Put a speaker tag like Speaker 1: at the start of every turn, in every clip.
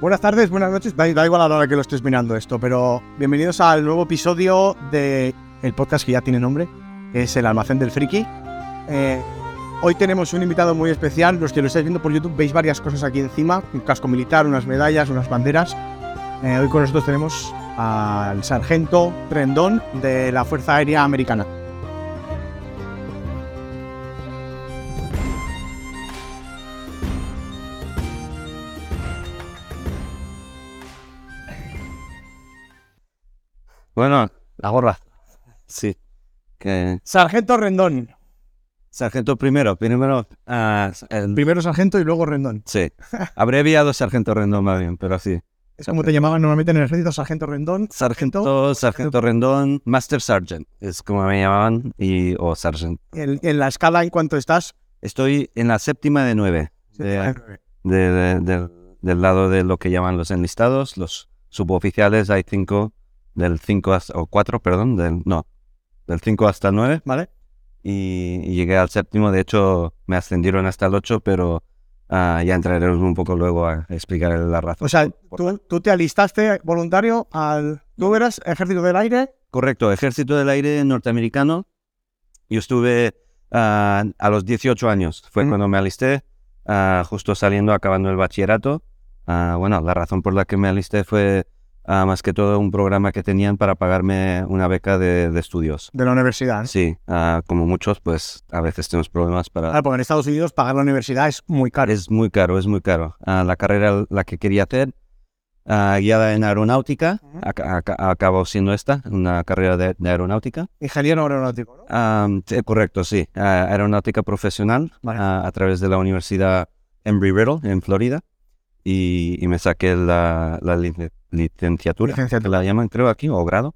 Speaker 1: Buenas tardes, buenas noches, da, da igual a la hora que lo estés mirando esto, pero bienvenidos al nuevo episodio de el podcast que ya tiene nombre, que es el Almacén del Friki. Eh, hoy tenemos un invitado muy especial, los que lo estáis viendo por YouTube veis varias cosas aquí encima, un casco militar, unas medallas, unas banderas. Eh, hoy con nosotros tenemos al sargento Rendón de la Fuerza Aérea Americana.
Speaker 2: Bueno, la gorra. Sí. Que...
Speaker 1: Sargento Rendón,
Speaker 2: Sargento primero, primero. ah, el-
Speaker 1: primero sargento y luego Rendón.
Speaker 2: Sí. Abreviado Sargento Rendón más bien, pero sí.
Speaker 1: Es como te llamaban normalmente en el ejército, sargento Rendón.
Speaker 2: Sargento, Sargento Rendón, Master Sergeant, es como me llamaban, y, o Sargent.
Speaker 1: En, en la escala en cuanto estás.
Speaker 2: Estoy en la séptima de nueve, de- de- de- del- del lado de lo que llaman los enlistados, los suboficiales, hay cinco, del cinco hasta, o cuatro, perdón, del, no, del cinco hasta nueve,
Speaker 1: ¿Vale?
Speaker 2: y, y llegué al séptimo. De hecho, me ascendieron hasta el ocho, pero ah, ya entraremos un poco luego a explicar la razón.
Speaker 1: O sea, tú, tú te alistaste voluntario al. Tú eras ejército del aire.
Speaker 2: Correcto, Ejército del Aire norteamericano. Yo estuve ah, a los 18 años, fue
Speaker 1: Mm.
Speaker 2: cuando me alisté, ah, justo saliendo, acabando el bachillerato. Ah, bueno, la razón por la que me alisté fue ah, más que todo un programa que tenían para pagarme una beca de, de estudios.
Speaker 1: De la universidad.
Speaker 2: Sí, ah, como muchos, pues a veces tenemos problemas para,
Speaker 1: Claro, Ah, porque en Estados Unidos pagar la universidad es muy caro.
Speaker 2: Es muy caro, es muy caro. Ah, la carrera la que quería hacer, ah, guiada en aeronáutica,
Speaker 1: Ujú.
Speaker 2: aca- aca- acabó siendo esta, una carrera de, de aeronáutica.
Speaker 1: Ingeniero aeronáutico, ¿no?
Speaker 2: Ah, sí, correcto, sí, ah, aeronáutica profesional
Speaker 1: Vale.
Speaker 2: ah, a través de la Universidad Embry-Riddle en Florida y, y me saqué la, la lic- licenciatura, que
Speaker 1: Licenciatura.
Speaker 2: la llaman creo aquí, o grado.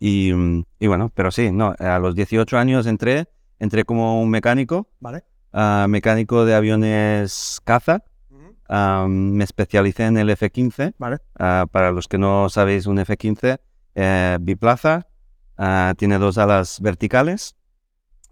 Speaker 2: Y, mm, y bueno, pero sí, no, a los 18 años entré, entré como un mecánico,
Speaker 1: ¿Vale?
Speaker 2: ah, mecánico de aviones caza. Am, me especialicé en el F-15.
Speaker 1: Vale.
Speaker 2: Ah, para los que no sabéis, un F-15 eh, biplaza, ah, tiene dos alas verticales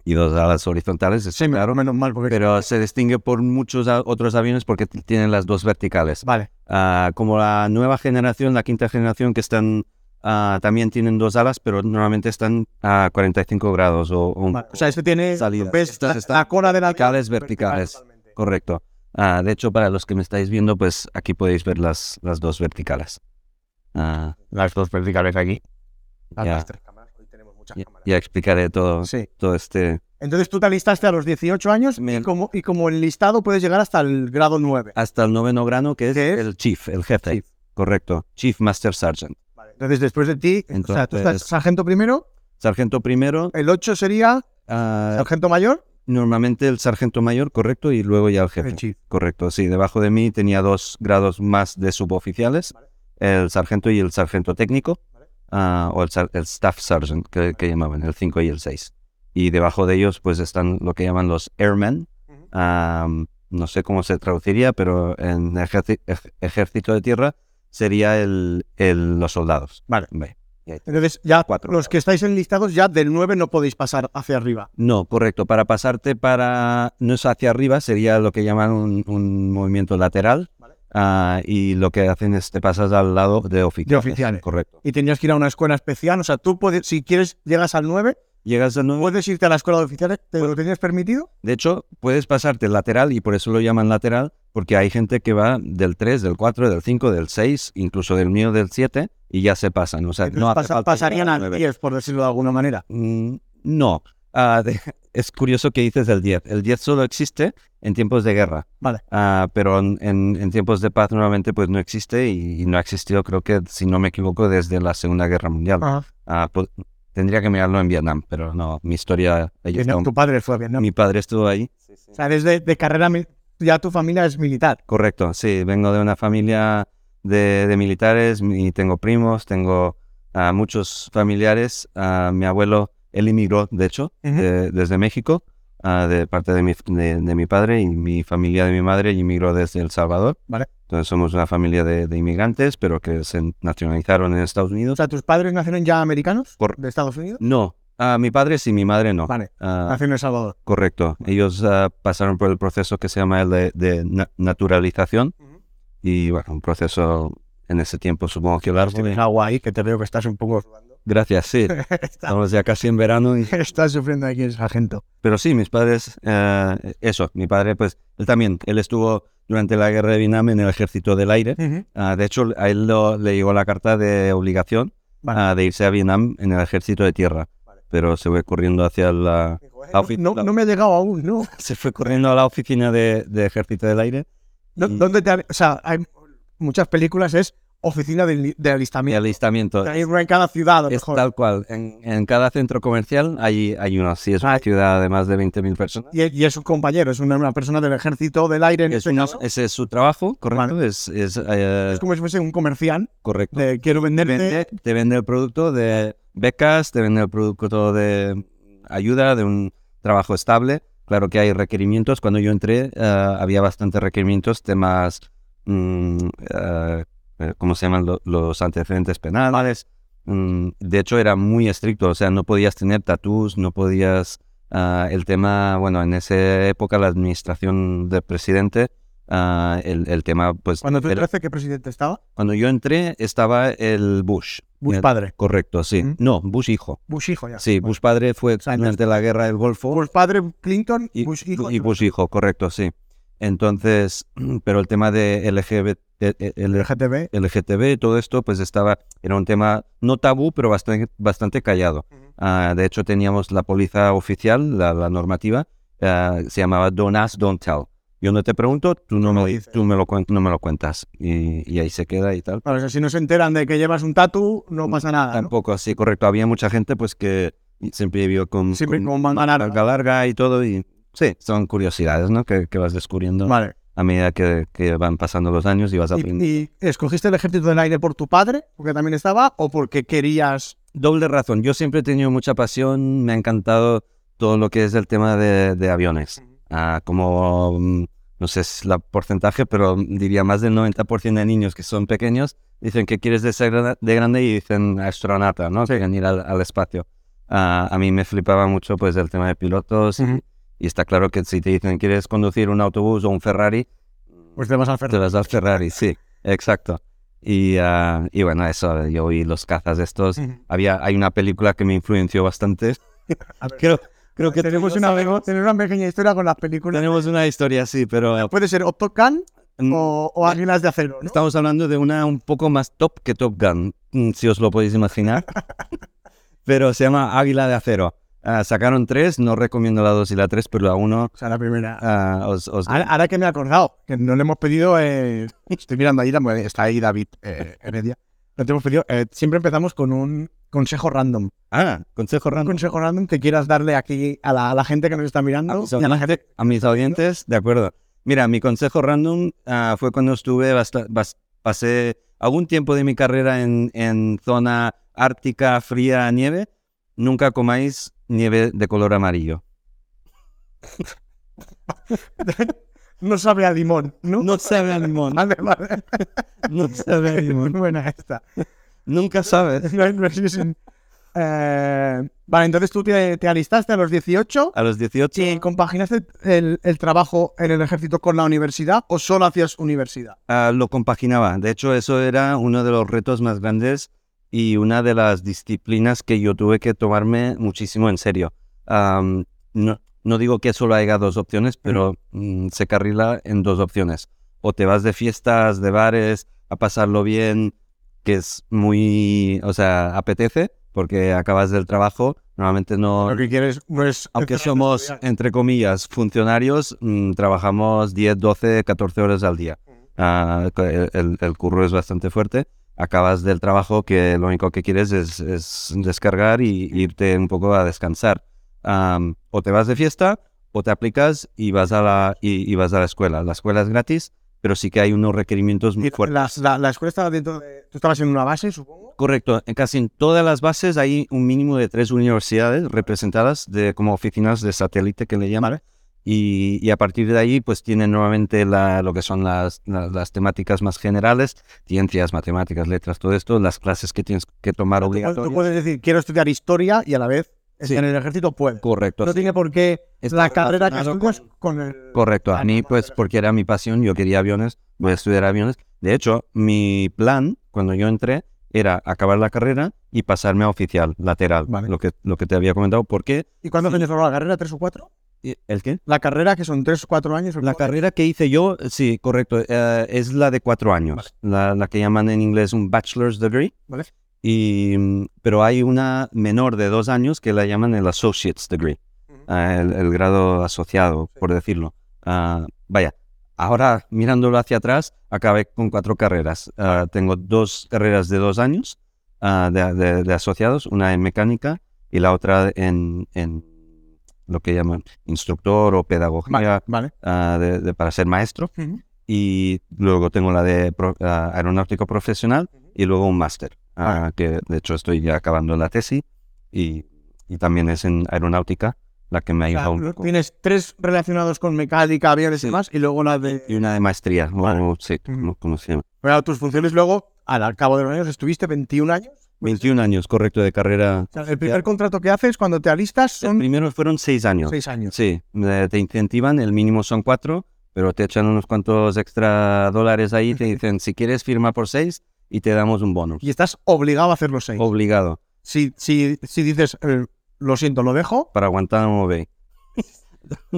Speaker 2: y dos alas horizontales, es
Speaker 1: Sí, me-
Speaker 2: claro,
Speaker 1: menos mal, porque.
Speaker 2: pero se distingue por muchos a- otros aviones porque t- tienen las dos verticales.
Speaker 1: Vale.
Speaker 2: Ah, como la nueva generación, la quinta generación, que están ah, también tienen dos alas, pero normalmente están a 45 grados o, o un
Speaker 1: vale. O sea, este tiene.
Speaker 2: Salidas.
Speaker 1: ¿Ves?
Speaker 2: Estas
Speaker 1: la,
Speaker 2: están
Speaker 1: la cola de la.
Speaker 2: verticales, verticales.
Speaker 1: totalmente.
Speaker 2: Correcto. Ah, de hecho, para los que me estáis viendo, pues aquí podéis ver las, las dos verticales. Ah,
Speaker 1: Las dos verticales aquí.
Speaker 2: Ya.
Speaker 1: Las tres cámaras. Hoy tenemos muchas
Speaker 2: ya,
Speaker 1: cámaras.
Speaker 2: ya explicaré todo,
Speaker 1: Sí.
Speaker 2: todo este...
Speaker 1: Entonces tú te alistaste a los 18 años
Speaker 2: Me-
Speaker 1: y, como, y como enlistado puedes llegar hasta el grado 9.
Speaker 2: Hasta el noveno grano, que es,
Speaker 1: ¿Qué es?
Speaker 2: el chief, el jefe. Correcto. Chief Master Sergeant.
Speaker 1: Entonces después de ti, o sea, tú estás
Speaker 2: Entonces-
Speaker 1: sargento primero,
Speaker 2: Sargento primero,
Speaker 1: el 8 sería
Speaker 2: ah,
Speaker 1: sargento mayor,
Speaker 2: normalmente el sargento mayor, correcto, y luego ya el jefe.
Speaker 1: el chief.
Speaker 2: Correcto, sí. Debajo de mí tenía dos grados más de suboficiales,
Speaker 1: Vale.
Speaker 2: el sargento y el sargento técnico,
Speaker 1: Vale.
Speaker 2: ah, o el, sar- el staff sergeant, que, que llamaban, el 5 y el 6. Y debajo de ellos, pues están lo que llaman los airmen.
Speaker 1: Ujú.
Speaker 2: am, no sé cómo se traduciría, pero en ejerci- ej- ejército de tierra sería el, el- los soldados.
Speaker 1: Vale.
Speaker 2: Ve.
Speaker 1: Entonces ya
Speaker 2: Cuatro.
Speaker 1: los que estáis enlistados ya del 9 no podéis pasar hacia arriba.
Speaker 2: No, correcto. Para pasarte para. No es hacia arriba, sería lo que llaman un, un movimiento lateral.
Speaker 1: Vale.
Speaker 2: Ah, y lo que hacen es te pasas al lado de oficiales.
Speaker 1: oficiales.
Speaker 2: Correcto.
Speaker 1: Y tenías que ir a una escuela especial, o sea, tú puedes, si quieres llegas al 9,
Speaker 2: Llegas al nuevo.
Speaker 1: puedes irte a la escuela de oficiales, ¿te lo tenías permitido?
Speaker 2: De hecho, puedes pasarte lateral y por eso lo llaman lateral, porque hay gente que va del 3, del 4, del 5, del 6, incluso del mío del 7 y ya se pasan. O sea,
Speaker 1: Entonces
Speaker 2: no hace
Speaker 1: pasa-
Speaker 2: falta
Speaker 1: pasarían
Speaker 2: llegar
Speaker 1: al
Speaker 2: nueve.
Speaker 1: 10, por decirlo de alguna manera.
Speaker 2: Mm, No. Ah, de- es curioso que dices el 10. El 10 solo existe en tiempos de guerra.
Speaker 1: Vale.
Speaker 2: Ah, pero en, en- en tiempos de paz normalmente pues no existe y, y no ha existido, creo que, si no me equivoco, desde la Segunda Guerra Mundial. Ah, pues, tendría que mirarlo en Vietnam, pero no, mi historia... ahí
Speaker 1: Que
Speaker 2: está
Speaker 1: no,
Speaker 2: un-
Speaker 1: tu padre fue a Vietnam.
Speaker 2: Mi padre estuvo ahí.
Speaker 1: O sea, eres de, de carrera, mil- ya tu familia es militar.
Speaker 2: Correcto, sí, vengo de una familia de, de militares y tengo primos, tengo ah, muchos familiares. Ah, mi abuelo, él inmigró, de hecho,
Speaker 1: Ujú.
Speaker 2: de- desde México, ah, de parte de mi, de, de mi padre y mi familia de mi madre inmigró desde El Salvador.
Speaker 1: Vale.
Speaker 2: Entonces somos una familia de, de inmigrantes, pero que se nacionalizaron en Estados
Speaker 1: O
Speaker 2: Unidos.
Speaker 1: sea, ¿tus padres nacieron ya americanos
Speaker 2: Cor-
Speaker 1: de Estados Unidos?
Speaker 2: No, ah, mi padre sí, mi madre no.
Speaker 1: Vale,
Speaker 2: Ah,
Speaker 1: nacieron en El Salvador.
Speaker 2: correcto, ellos ah, pasaron por el proceso que se llama el de, de na- naturalización. Y bueno, un proceso en ese tiempo supongo que largo.
Speaker 1: Tienes agua ahí, que te veo que estás un poco...
Speaker 2: Gracias, sí. Estamos ya casi en verano. y-
Speaker 1: estás sufriendo aquí en Sargento.
Speaker 2: Pero sí, mis padres, eh, eso, mi padre, pues él también, él estuvo durante la guerra de Vietnam en el ejército del aire. Ah, de hecho, a él lo- le llegó la carta de obligación
Speaker 1: Vale.
Speaker 2: ah, de irse a Vietnam en el ejército de tierra.
Speaker 1: Vale.
Speaker 2: Pero se fue corriendo hacia la... La ofi-
Speaker 1: No,
Speaker 2: la-
Speaker 1: no me ha llegado aún, ¿no?
Speaker 2: Se fue corriendo a la oficina de, de ejército del aire
Speaker 1: ¿Dó-
Speaker 2: Y-
Speaker 1: ¿Dónde te han- O sea, hay muchas películas, es oficina de, de
Speaker 2: y
Speaker 1: alistamiento.
Speaker 2: alistamiento.
Speaker 1: Hay una en cada ciudad, a lo
Speaker 2: Es
Speaker 1: mejor.
Speaker 2: tal cual. En, en cada centro comercial hay, hay uno. Sí, es una ciudad de más de 20.000 personas.
Speaker 1: Ah, Y, y es un compañero, es una, una persona del ejército del aire. en
Speaker 2: Es
Speaker 1: este
Speaker 2: una-
Speaker 1: caso.
Speaker 2: ese es su trabajo, correcto. Es, es, eh,
Speaker 1: Es como si fuese un comerciante
Speaker 2: correcto.
Speaker 1: de quiero venderte.
Speaker 2: Vende- te vende el producto de becas, te vende el producto de ayuda, de un trabajo estable. Claro que hay requerimientos. Cuando yo entré eh, había bastantes requerimientos, temas, mm, eh, eh, ¿cómo se llaman? Lo- los antecedentes penales. Mm, de hecho, era muy estricto. O sea, no podías tener tatús, no podías... ah, el tema, bueno, en esa época la administración del presidente, ah, el, el tema, pues...
Speaker 1: Cuando tú
Speaker 2: era-
Speaker 1: entraste, ¿qué presidente estaba?
Speaker 2: cuando yo entré estaba el Bush.
Speaker 1: Bush
Speaker 2: Eh,
Speaker 1: padre.
Speaker 2: Correcto, sí.
Speaker 1: Ujú.
Speaker 2: No, Bush hijo.
Speaker 1: Bush hijo ya.
Speaker 2: Sí, Bush padre fue
Speaker 1: sea,
Speaker 2: durante la guerra del Golfo
Speaker 1: Bush padre, Clinton,
Speaker 2: y
Speaker 1: Bush hijo.
Speaker 2: y Bush hijo, correcto, sí. Entonces, pero el tema de LGBT, eh,
Speaker 1: El
Speaker 2: el
Speaker 1: LGTB.
Speaker 2: LGTB y todo esto, pues estaba, era un tema no tabú, pero bastante, bastante callado.
Speaker 1: Ujú.
Speaker 2: Ah, de hecho, teníamos la póliza oficial, la, la normativa, ah, se llamaba Don't Ask, Don't Tell. Yo no te pregunto, tú no,
Speaker 1: No
Speaker 2: me,
Speaker 1: dices.
Speaker 2: tú me lo, cuen- no me lo cuentas. Y, y ahí se queda y tal.
Speaker 1: Claro, o sea, si no se enteran de que llevas un tatu, no pasa nada. ¿no?
Speaker 2: Mm, Tampoco, sí, correcto. Había mucha gente pues que siempre vio con,
Speaker 1: Siempre
Speaker 2: con
Speaker 1: como manga larga.
Speaker 2: manga larga y todo y sí, son curiosidades, ¿no? Que, que vas descubriendo
Speaker 1: Vale.
Speaker 2: a medida que, que van pasando los años y vas aprendiendo.
Speaker 1: ¿Y, y escogiste el ejército del aire por tu padre, porque también estaba, o porque querías.
Speaker 2: Doble razón. Yo siempre he tenido mucha pasión, me ha encantado todo lo que es el tema de, de aviones. Ah, como, mm, no sé si la porcentaje, pero diría más del 90% de niños que son pequeños dicen que quieres de ser gra- de grande y dicen astronauta, ¿no? Quieren ir al, al espacio. Ah, a mí me flipaba mucho pues el tema de pilotos y-
Speaker 1: Ujú.
Speaker 2: y está claro que si te dicen quieres conducir un autobús o un Ferrari,
Speaker 1: Pues te vas a
Speaker 2: te
Speaker 1: hacer.
Speaker 2: las da el Ferrari, sí, exacto. Y, ah, y bueno, eso, yo vi los cazas estos. Había, hay una película que me influenció bastante.
Speaker 1: A ver.
Speaker 2: Creo, creo que
Speaker 1: tenemos
Speaker 2: todos
Speaker 1: una,
Speaker 2: sabemos-
Speaker 1: tenemos una pequeña historia con las películas.
Speaker 2: tenemos una historia, sí, pero eh,
Speaker 1: Puede ser Octocan
Speaker 2: mm,
Speaker 1: o, o Águilas de Acero. ¿no?
Speaker 2: estamos hablando de una un poco más top que Top Gun, mm, si os lo podéis imaginar. pero se llama Águila de Acero. Ah, sacaron tres, no recomiendo la dos y la tres, pero la uno
Speaker 1: O sea, la primera.
Speaker 2: ah, os, os-
Speaker 1: Ahora, ahora que me he acordado, que no le hemos pedido. eh, estoy mirando ahí, también está ahí David eh, Heredia. No te hemos pedido. eh, siempre empezamos con un consejo random.
Speaker 2: Ah, consejo
Speaker 1: Un
Speaker 2: random.
Speaker 1: consejo random que quieras darle aquí a la, a la gente que nos está mirando.
Speaker 2: A mis audien- a mis audientes, de acuerdo. Mira, mi consejo random ah, fue cuando estuve, basta- bas- pasé algún tiempo de mi carrera en, en zona ártica, fría, nieve. Nunca comáis nieve de color amarillo.
Speaker 1: No sabe a limón, ¿no?
Speaker 2: sabe a limón.
Speaker 1: Vale, vale.
Speaker 2: No sabe a
Speaker 1: Muy
Speaker 2: limón.
Speaker 1: buena esta.
Speaker 2: Nunca sabes.
Speaker 1: No hay- no hay- es un- Eh, vale, entonces tú te, te alistaste a los 18
Speaker 2: A los 18.
Speaker 1: y compaginaste el, el trabajo en el ejército con la universidad o solo hacías universidad.
Speaker 2: Ah, lo compaginaba. De hecho, eso era uno de los retos más grandes y una de las disciplinas que yo tuve que tomarme muchísimo en serio. Am, no, no digo que solo haya dos opciones, pero mm, se carrila en dos opciones. O te vas de fiestas, de bares, a pasarlo bien, que es muy, o sea, apetece, porque acabas del trabajo, normalmente no,
Speaker 1: Lo que quieres no es... encerrarte
Speaker 2: aunque
Speaker 1: a
Speaker 2: somos,
Speaker 1: estudiar.
Speaker 2: entre comillas, funcionarios, mm, trabajamos 10, 12, 14 horas al día.
Speaker 1: Ujú.
Speaker 2: Ah, co- el, el- el curro es bastante fuerte. Acabas del trabajo que lo único que quieres es, es descargar y irte un poco a descansar. Am, o te vas de fiesta o te aplicas y vas a la, y, y vas a la escuela. La escuela es gratis, pero sí que hay unos requerimientos muy
Speaker 1: Y
Speaker 2: fuertes.
Speaker 1: las- la, la escuela estaba dentro de... Tú estabas en una base, supongo.
Speaker 2: Correcto, en casi en todas las bases hay un mínimo de tres universidades representadas de, como oficinas de satélite que le llaman. Y, y a partir de ahí, pues tienen nuevamente la, lo que son las, la- las temáticas más generales, ciencias, matemáticas, letras, todo esto, las clases que tienes que tomar
Speaker 1: Ah, Tú puedes- Tú
Speaker 2: obligatorias.
Speaker 1: puedes decir, quiero estudiar historia y a la vez
Speaker 2: Sí.
Speaker 1: en el ejército puedes.
Speaker 2: Correcto.
Speaker 1: No
Speaker 2: sí,
Speaker 1: tiene por qué
Speaker 2: está
Speaker 1: la carrera que
Speaker 2: relacionado
Speaker 1: estudias
Speaker 2: con-
Speaker 1: con el...
Speaker 2: Correcto, a
Speaker 1: Ah,
Speaker 2: mí
Speaker 1: no, no,
Speaker 2: pues
Speaker 1: pero-
Speaker 2: porque era mi pasión, yo quería aviones, voy a estudiar aviones, De hecho, mi plan cuando yo entré era acabar la carrera y pasarme a oficial, lateral,
Speaker 1: Vale.
Speaker 2: lo, que, lo que te había comentado. ¿Por qué?
Speaker 1: ¿Y cuántos años duró la carrera? ¿Tres o cuatro?
Speaker 2: ¿Y ¿El qué?
Speaker 1: La carrera, que son tres o cuatro años. o
Speaker 2: La
Speaker 1: cuatro-
Speaker 2: carrera que hice yo, sí, correcto, eh, es la de cuatro años, la, la que llaman en inglés un bachelor's degree,
Speaker 1: Vale.
Speaker 2: y, mm, pero hay una menor de dos años que la llaman el associate's degree,
Speaker 1: Ujú.
Speaker 2: ah, el, el grado asociado, por decirlo. Ah, vaya, ahora mirándolo hacia atrás, acabé con cuatro carreras. Ah, tengo dos carreras de dos años ah, de, de- de asociados, una en mecánica y la otra en, en lo que llaman instructor o pedagogía
Speaker 1: Vale. vale.
Speaker 2: ah, de- de- para ser maestro y luego tengo la de pro- ah, aeronáutico profesional y luego un máster, ah, que de hecho estoy ya acabando la tesis y, y también es en aeronáutica la que me ha
Speaker 1: O sea,
Speaker 2: ayudado un poco.
Speaker 1: tienes tres relacionados con mecánica, aviones y
Speaker 2: Sí.
Speaker 1: demás, y luego la de.
Speaker 2: Y una de maestría, o-
Speaker 1: Vale. Pues
Speaker 2: o sí, como- como se llama.
Speaker 1: Bueno, tus funciones luego, al cabo de los años, estuviste 21 años.
Speaker 2: 21 años, correcto, de carrera.
Speaker 1: O sea, el primer contrato que haces cuando te alistas
Speaker 2: El
Speaker 1: son
Speaker 2: primero fueron 6 años.
Speaker 1: seis años.
Speaker 2: Sí, eh, te incentivan, el mínimo son 4, pero te echan unos cuantos extra dólares ahí, te dicen, si quieres firma por 6 y te damos un bonus.
Speaker 1: Y estás obligado a hacer los
Speaker 2: Oh.
Speaker 1: seis.
Speaker 2: Obligado.
Speaker 1: Si, si, si dices, eh, lo siento, lo dejo,
Speaker 2: para Guantánamo Bay.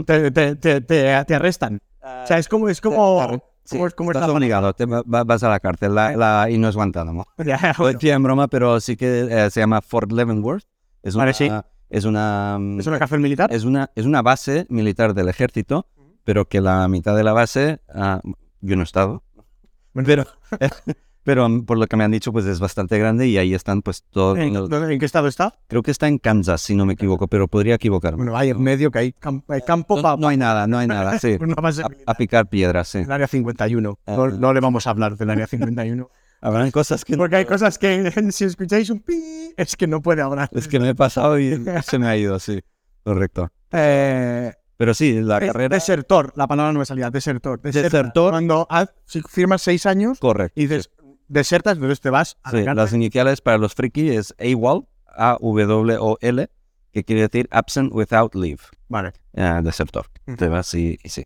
Speaker 1: te, te, te, te- te arrestan. O sea, es como. Es como,
Speaker 2: Ah, Sí,
Speaker 1: como, es como
Speaker 2: estás
Speaker 1: esta-
Speaker 2: obligado, te va- va- vas a la cárcel la- la- y no es Guantánamo.
Speaker 1: Ya, Ah, bueno,
Speaker 2: Decía en broma, pero sí que eh, se llama Fort Leavenworth. Es una,
Speaker 1: Vale, sí.
Speaker 2: es, una, mm,
Speaker 1: ¿Es una cárcel militar?
Speaker 2: es una- es una base militar del ejército, pero que la mitad de la base, ah, yo no he estado,
Speaker 1: Bueno,
Speaker 2: pero, pero mm, por lo que me han dicho, pues es bastante grande y ahí están pues todos...
Speaker 1: ¿En, dónde- en qué estado está?
Speaker 2: creo que está en Kansas, si no me equivoco, pero podría equivocarme.
Speaker 1: Bueno, hay en medio que hay, cam- hay campo
Speaker 2: No,
Speaker 1: para
Speaker 2: no hay nada, no hay nada, Ah, sí.
Speaker 1: una base
Speaker 2: A,
Speaker 1: militar.
Speaker 2: a picar piedras, sí.
Speaker 1: El área 51.
Speaker 2: Ah.
Speaker 1: No, no le vamos a hablar del área 51.
Speaker 2: Habrán cosas que no-
Speaker 1: Porque hay cosas que si escucháis un pi, es que no puede hablar.
Speaker 2: Es que me he pasado y se me ha ido, sí. Correcto.
Speaker 1: Eh,
Speaker 2: Pero sí, la
Speaker 1: es
Speaker 2: carrera.
Speaker 1: Desertor, la palabra no me salía, desertor. deserta.
Speaker 2: Desertor.
Speaker 1: Cuando haz- si firmas seis años
Speaker 2: Correcto.
Speaker 1: y dices, desertas, entonces te vas a
Speaker 2: Sí,
Speaker 1: la
Speaker 2: las
Speaker 1: cárcel.
Speaker 2: iniciales para los friki es AWOL, A-W-O-L, que quiere decir Absent Without Leave,
Speaker 1: Vale.
Speaker 2: eh, desertor.
Speaker 1: Ujú.
Speaker 2: Te vas y, y sí.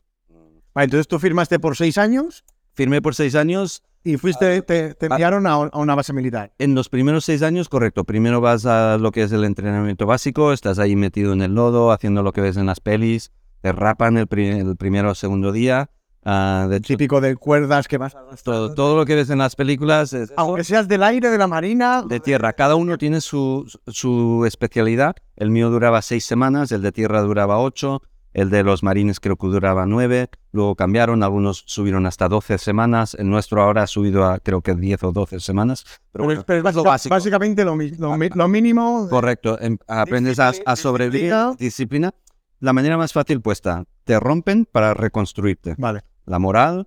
Speaker 1: Vale, entonces tú firmaste por seis años
Speaker 2: Firmé por seis años.
Speaker 1: y fuiste, te, te
Speaker 2: ah.
Speaker 1: enviaron a, a una base militar.
Speaker 2: En los primeros seis años, correcto. Primero vas a lo que es el entrenamiento básico, estás ahí metido en el lodo, haciendo lo que ves en las pelis, te rapan el, pri- el primero o segundo día. ah, de hecho,
Speaker 1: Típico de cuerdas que vas
Speaker 2: todo, todo lo que ves en las películas es,
Speaker 1: Aunque seas del aire, de la marina,
Speaker 2: de tierra. Cada uno tiene su, su especialidad. El mío duraba seis semanas, el de tierra duraba ocho, el de los marines creo que duraba nueve. Luego cambiaron, algunos subieron hasta doce semanas. El nuestro ahora ha subido a creo que diez o doce semanas. Pero bueno,
Speaker 1: pero es
Speaker 2: es lo
Speaker 1: básica-
Speaker 2: básico. Ah,
Speaker 1: básicamente lo, mi- lo mi- lo mínimo.
Speaker 2: correcto. em- aprendes a, a
Speaker 1: Disciplina-
Speaker 2: sobrevivir,
Speaker 1: disciplina.
Speaker 2: disciplina. La manera más fácil puesta, te rompen para reconstruirte.
Speaker 1: Vale.
Speaker 2: La moral,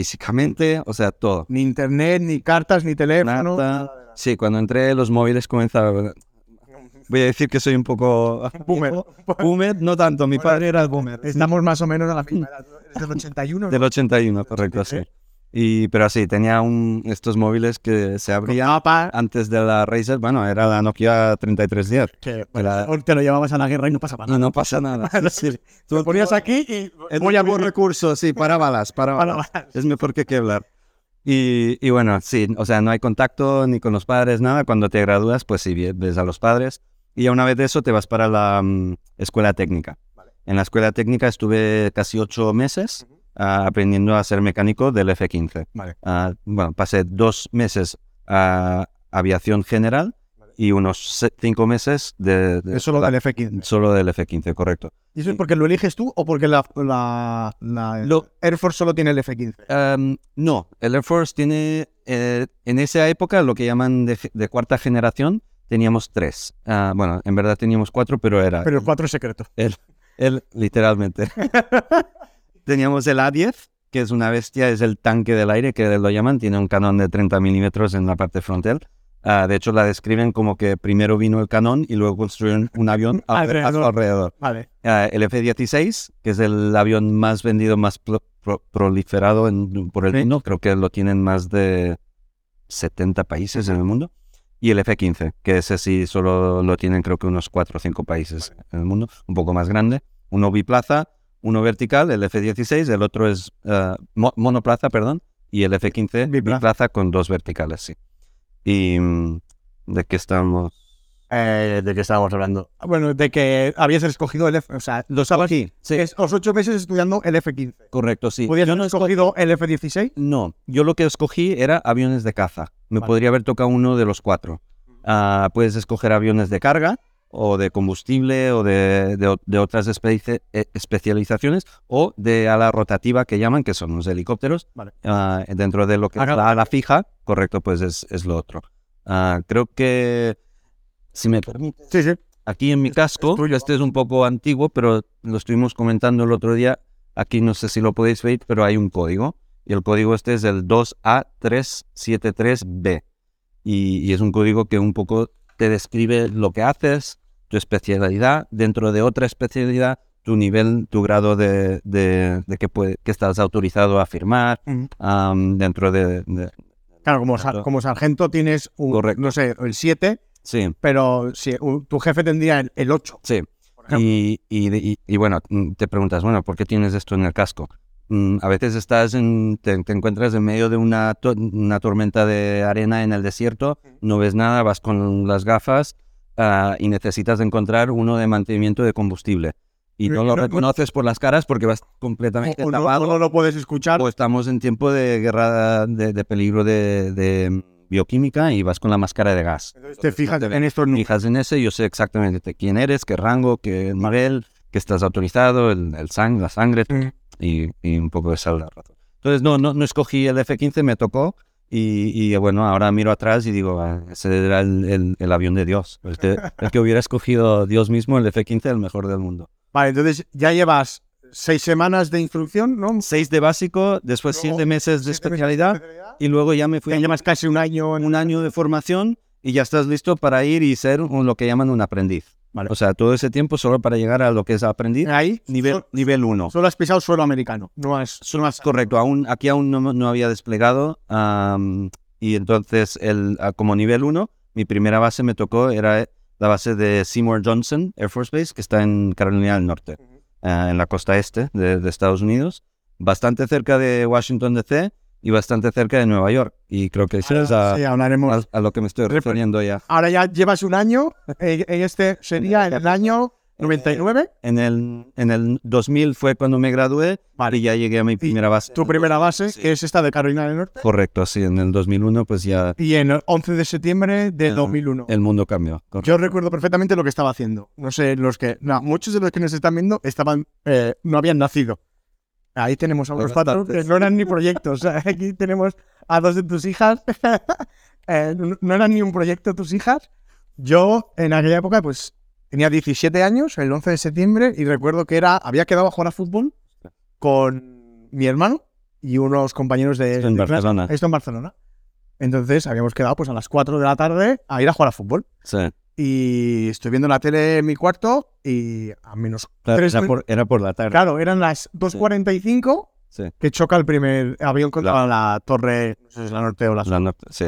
Speaker 2: físicamente, o sea, todo.
Speaker 1: Ni internet, ni cartas, ni teléfono.
Speaker 2: Nata. Sí, cuando entré los móviles comenzaron... Voy a decir que soy un poco
Speaker 1: Boomer.
Speaker 2: Boomer, no tanto, mi
Speaker 1: Bueno,
Speaker 2: padre era boomer.
Speaker 1: Estamos más o menos a la misma edad. ¿no? Eres del 81.
Speaker 2: Del 81, correcto, sí. Y, pero así, tenía un, estos móviles que se abrían
Speaker 1: Mapa.
Speaker 2: antes de la Razer, bueno, era la Nokia 3310.
Speaker 1: Que,
Speaker 2: Que pues, la-
Speaker 1: o te lo llevabas a la guerra y no pasaba nada.
Speaker 2: No, no pasa nada. Sí,
Speaker 1: Lo ponías aquí y
Speaker 2: el
Speaker 1: voy a
Speaker 2: último
Speaker 1: borrar.
Speaker 2: recurso, sí, para balas, para
Speaker 1: Para
Speaker 2: balas. Es mejor que Kevlar. Y, y bueno, sí, o sea, no hay contacto ni con los padres, nada. Cuando te gradúas, pues sí, ve- ves a los padres. Y ya una vez de eso te vas para la mm, escuela técnica. En la escuela técnica estuve casi ocho meses ah, aprendiendo a ser mecánico del F-15.
Speaker 1: Vale.
Speaker 2: Ah, bueno, pasé dos meses a aviación general y unos se- cinco meses de, de-
Speaker 1: Es solo del F-15.
Speaker 2: solo del F-15, correcto.
Speaker 1: ¿Y eso es porque lo eliges tú o porque la, la, la-
Speaker 2: Lo-
Speaker 1: Air Force solo tiene el F-15?
Speaker 2: Um, no, el Air Force tiene, eh, en esa época, lo que llaman de, ge- de cuarta generación, teníamos tres. Ah, bueno, en verdad teníamos cuatro, pero era
Speaker 1: Pero el 4 es secreto.
Speaker 2: él, literalmente. teníamos el A-10, que es una bestia, es el tanque del aire, que lo llaman, tiene un canon de 30 milímetros en la parte frontal. Ah, de hecho, la describen como que primero vino el canón y luego construyeron un avión a- a su
Speaker 1: Alrededor.
Speaker 2: alrededor.
Speaker 1: Vale.
Speaker 2: Ah, el F-16, que es el avión más vendido, más pro- pro- proliferado en- por el
Speaker 1: Sí.
Speaker 2: mundo. Creo que lo tienen más de 70 países en el mundo. Y el F-15, que ese sí solo lo tienen creo que unos 4 o 5 países en el mundo. Un poco más grande. Uno biplaza, uno vertical, el F-16. El otro es ah, mo- monoplaza, perdón. y el F15
Speaker 1: Biplaza.
Speaker 2: biplaza con dos verticales, sí. ¿Y mm, de qué estamos?
Speaker 3: Eh, ¿De qué estábamos hablando?
Speaker 1: Bueno, de que habías escogido el F. O sea, lo sabes.
Speaker 2: Sí, sí,
Speaker 1: Es los ocho meses estudiando el F-15.
Speaker 2: correcto, sí.
Speaker 1: ¿Podías haber escogido el F-16?
Speaker 2: No, yo lo que escogí era aviones de caza. Me
Speaker 1: Vale.
Speaker 2: podría haber tocado uno de los cuatro. Ah, puedes escoger aviones de carga o de combustible o de, de o- de otras espe- eh, especializaciones o de ala rotativa que llaman, que son los helicópteros.
Speaker 1: Vale.
Speaker 2: Ah, dentro de lo que
Speaker 1: Ahora-
Speaker 2: es la ala fija, correcto, pues es, es lo otro. Ah, creo que, si me permite,
Speaker 1: Sí, sí.
Speaker 2: aquí en mi casco,
Speaker 1: es tuyo.
Speaker 2: este es un poco antiguo, pero lo estuvimos comentando el otro día. Aquí no sé si lo podéis ver, pero hay un código. Y el código este es el 2A373B. Y, y es un código que un poco te describe lo que haces, tu especialidad, dentro de otra especialidad, tu nivel, tu grado de, de, de que, puede- que estás autorizado a firmar
Speaker 1: Ujú.
Speaker 2: am, dentro de, de-
Speaker 1: Mm. Claro, como, sar-
Speaker 2: Claro.
Speaker 1: como sargento tienes un,
Speaker 2: Correcto.
Speaker 1: no sé, el 7,
Speaker 2: Sí,
Speaker 1: pero si, un- tu jefe tendría el, 8.
Speaker 2: sí. Y, y de- y- y bueno, mm, te preguntas, bueno, ¿por qué tienes esto en el casco? Mm, A veces estás en- te, te encuentras en medio de una, to- una tormenta de arena en el desierto, no ves nada, vas con las gafas ah, y necesitas encontrar uno de mantenimiento de combustible. Y no
Speaker 1: Eh,
Speaker 2: lo
Speaker 1: no- no-
Speaker 2: reconoces por las caras porque vas completamente
Speaker 1: O no,
Speaker 2: tapado.
Speaker 1: o no lo puedes escuchar.
Speaker 2: O estamos en tiempo de guerra de, de peligro de, de mm, bioquímica y vas con la máscara de gas
Speaker 1: Entonces te fijas en estos números.
Speaker 2: fijas en ese, yo sé exactamente de quién eres, qué rango, qué nivel, que estás autorizado, el, el sang- la sangre y, y un poco de esa es la razón. Entonces, no, no, no escogí el F-15, me tocó y, y, bueno, ahora miro atrás y digo, "Ah, ese era el, el- el avión de Dios, el que, el que hubiera escogido Dios mismo, el F-15, el mejor del mundo.
Speaker 1: Vale, entonces ya llevas seis semanas de instrucción, ¿no?
Speaker 2: Seis de básico, después
Speaker 1: Luego,
Speaker 2: siete meses de
Speaker 1: siete meses
Speaker 2: especialidad y luego ya me fui
Speaker 1: Ya llevas casi un año. en-
Speaker 2: un año de formación y ya estás listo para ir y ser un- lo que llaman un aprendiz.
Speaker 1: Vale.
Speaker 2: O sea, todo ese tiempo solo para llegar a lo que es aprendiz
Speaker 1: Ahí,
Speaker 2: nivel
Speaker 1: sol-
Speaker 2: nivel 1.
Speaker 1: solo has pisado suelo americano. No has. no has-
Speaker 2: Correcto, aún, aquí aún no, no había desplegado am, y entonces el, ah, como nivel 1, mi primera base me tocó, era la base de Seymour Johnson Air Force Base, que está en Carolina del Norte, ah, en la costa este de, de Estados Unidos, bastante cerca de Washington DC y bastante cerca de Nueva York. Y creo que eso
Speaker 1: Ahora
Speaker 2: es a,
Speaker 1: Ah, sí, hablaremos.
Speaker 2: a- a lo que me estoy
Speaker 1: Refer-
Speaker 2: refiriendo ya.
Speaker 1: Ahora ya llevas un año. eh, En este sería el año 99.
Speaker 2: En el, en el 2000 fue cuando me gradué y ya llegué a mi primera base.
Speaker 1: Tu primera base,
Speaker 2: Eh, Sí.
Speaker 1: que es esta de Carolina del Norte.
Speaker 2: Correcto, sí, en el 2001 pues ya
Speaker 1: Y en el 11 de septiembre de
Speaker 2: Ajá.
Speaker 1: 2001.
Speaker 2: el mundo cambió. correcto.
Speaker 1: Yo recuerdo perfectamente lo que estaba haciendo. No sé, los que. No, muchos de los que nos están viendo estaban. eh, no habían nacido. Ahí tenemos a unos cuantos que
Speaker 2: bastantes.
Speaker 1: no eran ni proyectos. Aquí tenemos a dos de tus hijas. Eh, no- no eran ni un proyecto tus hijas. Yo, en aquella época, pues tenía 17 años, el 11 de septiembre, y recuerdo que era. Había quedado a jugar a fútbol con mi hermano y unos compañeros de.
Speaker 2: Esto en
Speaker 1: de clase.
Speaker 2: Barcelona.
Speaker 1: Esto en Barcelona. Entonces habíamos quedado pues a las 4 de la tarde a ir a jugar a fútbol
Speaker 2: Sí.
Speaker 1: y estoy viendo la tele en mi cuarto y a menos
Speaker 2: Claro,
Speaker 1: tres
Speaker 2: era,
Speaker 1: min-
Speaker 2: por, era por la tarde.
Speaker 1: claro eran las 2.45
Speaker 2: Sí.
Speaker 1: que choca el primer avión contra la torre no sé si es la norte o la sur,
Speaker 2: La noche- sí.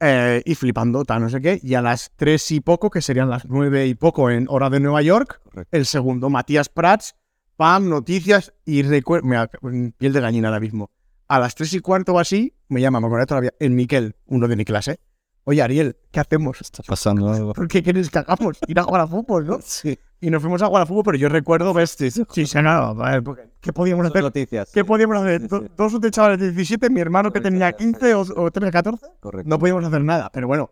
Speaker 1: eh, y flipando tal no sé qué y a las 3 y poco que serían las 9 y poco en hora de Nueva York
Speaker 2: Correcto.
Speaker 1: el segundo Matías Prats pam noticias y recuerdo mira piel de gallina ahora mismo a las 3 y cuarto o así me llama me acuerdo todavía el Miquel uno de mi clase oye Ariel ¿qué hacemos?
Speaker 2: Está pasando algo.
Speaker 1: ¿Por qué quieres que hagamos? Ir a jugar a fútbol, ¿no?
Speaker 2: Sí.
Speaker 1: Y nos fuimos a jugar a fútbol, pero yo recuerdo ver... Sí, sí, no, a ver, porque- ¿Qué podíamos
Speaker 2: Son
Speaker 1: hacer?
Speaker 2: noticias.
Speaker 1: ¿Qué podíamos hacer?
Speaker 2: Sí,
Speaker 1: Do-
Speaker 2: sí.
Speaker 1: Dos o tres chavales de 17, mi hermano que tenía 15 o, o 13, 14.
Speaker 2: Correcto.
Speaker 1: No podíamos hacer nada, pero bueno.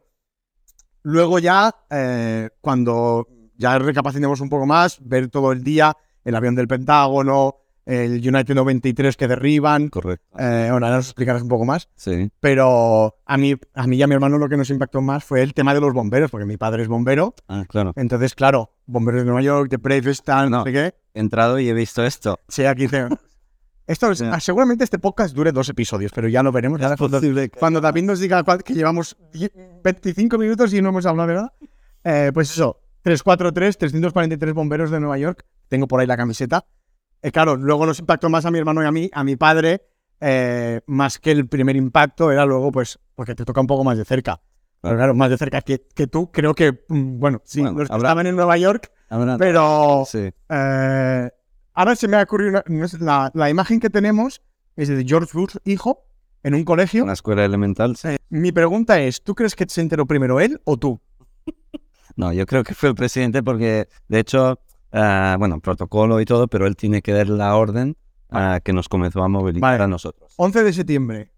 Speaker 1: Luego ya, eh, cuando ya recapacitemos un poco más, ver todo el día el avión del Pentágono, el United 93 que derriban...
Speaker 2: Correcto.
Speaker 1: Eh, ahora nos explicarás un poco más.
Speaker 2: sí.
Speaker 1: Pero a mí, a mí y a mi hermano lo que nos impactó más fue el tema de los bomberos, porque mi padre es bombero.
Speaker 2: Ah, claro.
Speaker 1: Entonces, claro, bomberos de Nueva York, de Brave Stand, no
Speaker 2: No.
Speaker 1: sé qué.
Speaker 2: He entrado y he visto esto.
Speaker 1: Sí, aquí te- Esto es-
Speaker 2: Ya.
Speaker 1: seguramente este podcast dure dos episodios, pero ya lo veremos.
Speaker 2: Es
Speaker 1: cuando,
Speaker 2: posible que-
Speaker 1: cuando David nos diga cuál- que llevamos die- 25 minutos y no hemos hablado de nada. Eh, pues eso, 343, 343 bomberos de Nueva York. Tengo por ahí la camiseta. Eh, claro, luego nos impactó más a mi hermano y a mí, a mi padre, eh, más que el primer impacto era luego, pues, porque te toca un poco más de cerca. Pero claro, más de cerca que, que tú, creo que, mm, bueno, sí,
Speaker 2: Bueno,
Speaker 1: los que
Speaker 2: habrá-
Speaker 1: estaban en Nueva York,
Speaker 2: Ahora-
Speaker 1: pero...
Speaker 2: sí.
Speaker 1: Eh, ahora se me ha ocurrido una- no es la, la imagen que tenemos es de George Bush hijo en un colegio.
Speaker 2: Una escuela elemental. sí.
Speaker 1: Eh, mi pregunta es, ¿tú crees que se enteró primero él o tú?
Speaker 2: No, yo creo que fue el presidente porque, de hecho, ah, bueno, protocolo y todo, pero él tiene que dar la orden ah, que nos comenzó a movilizar
Speaker 1: Vale.
Speaker 2: a nosotros.
Speaker 1: 11 de septiembre,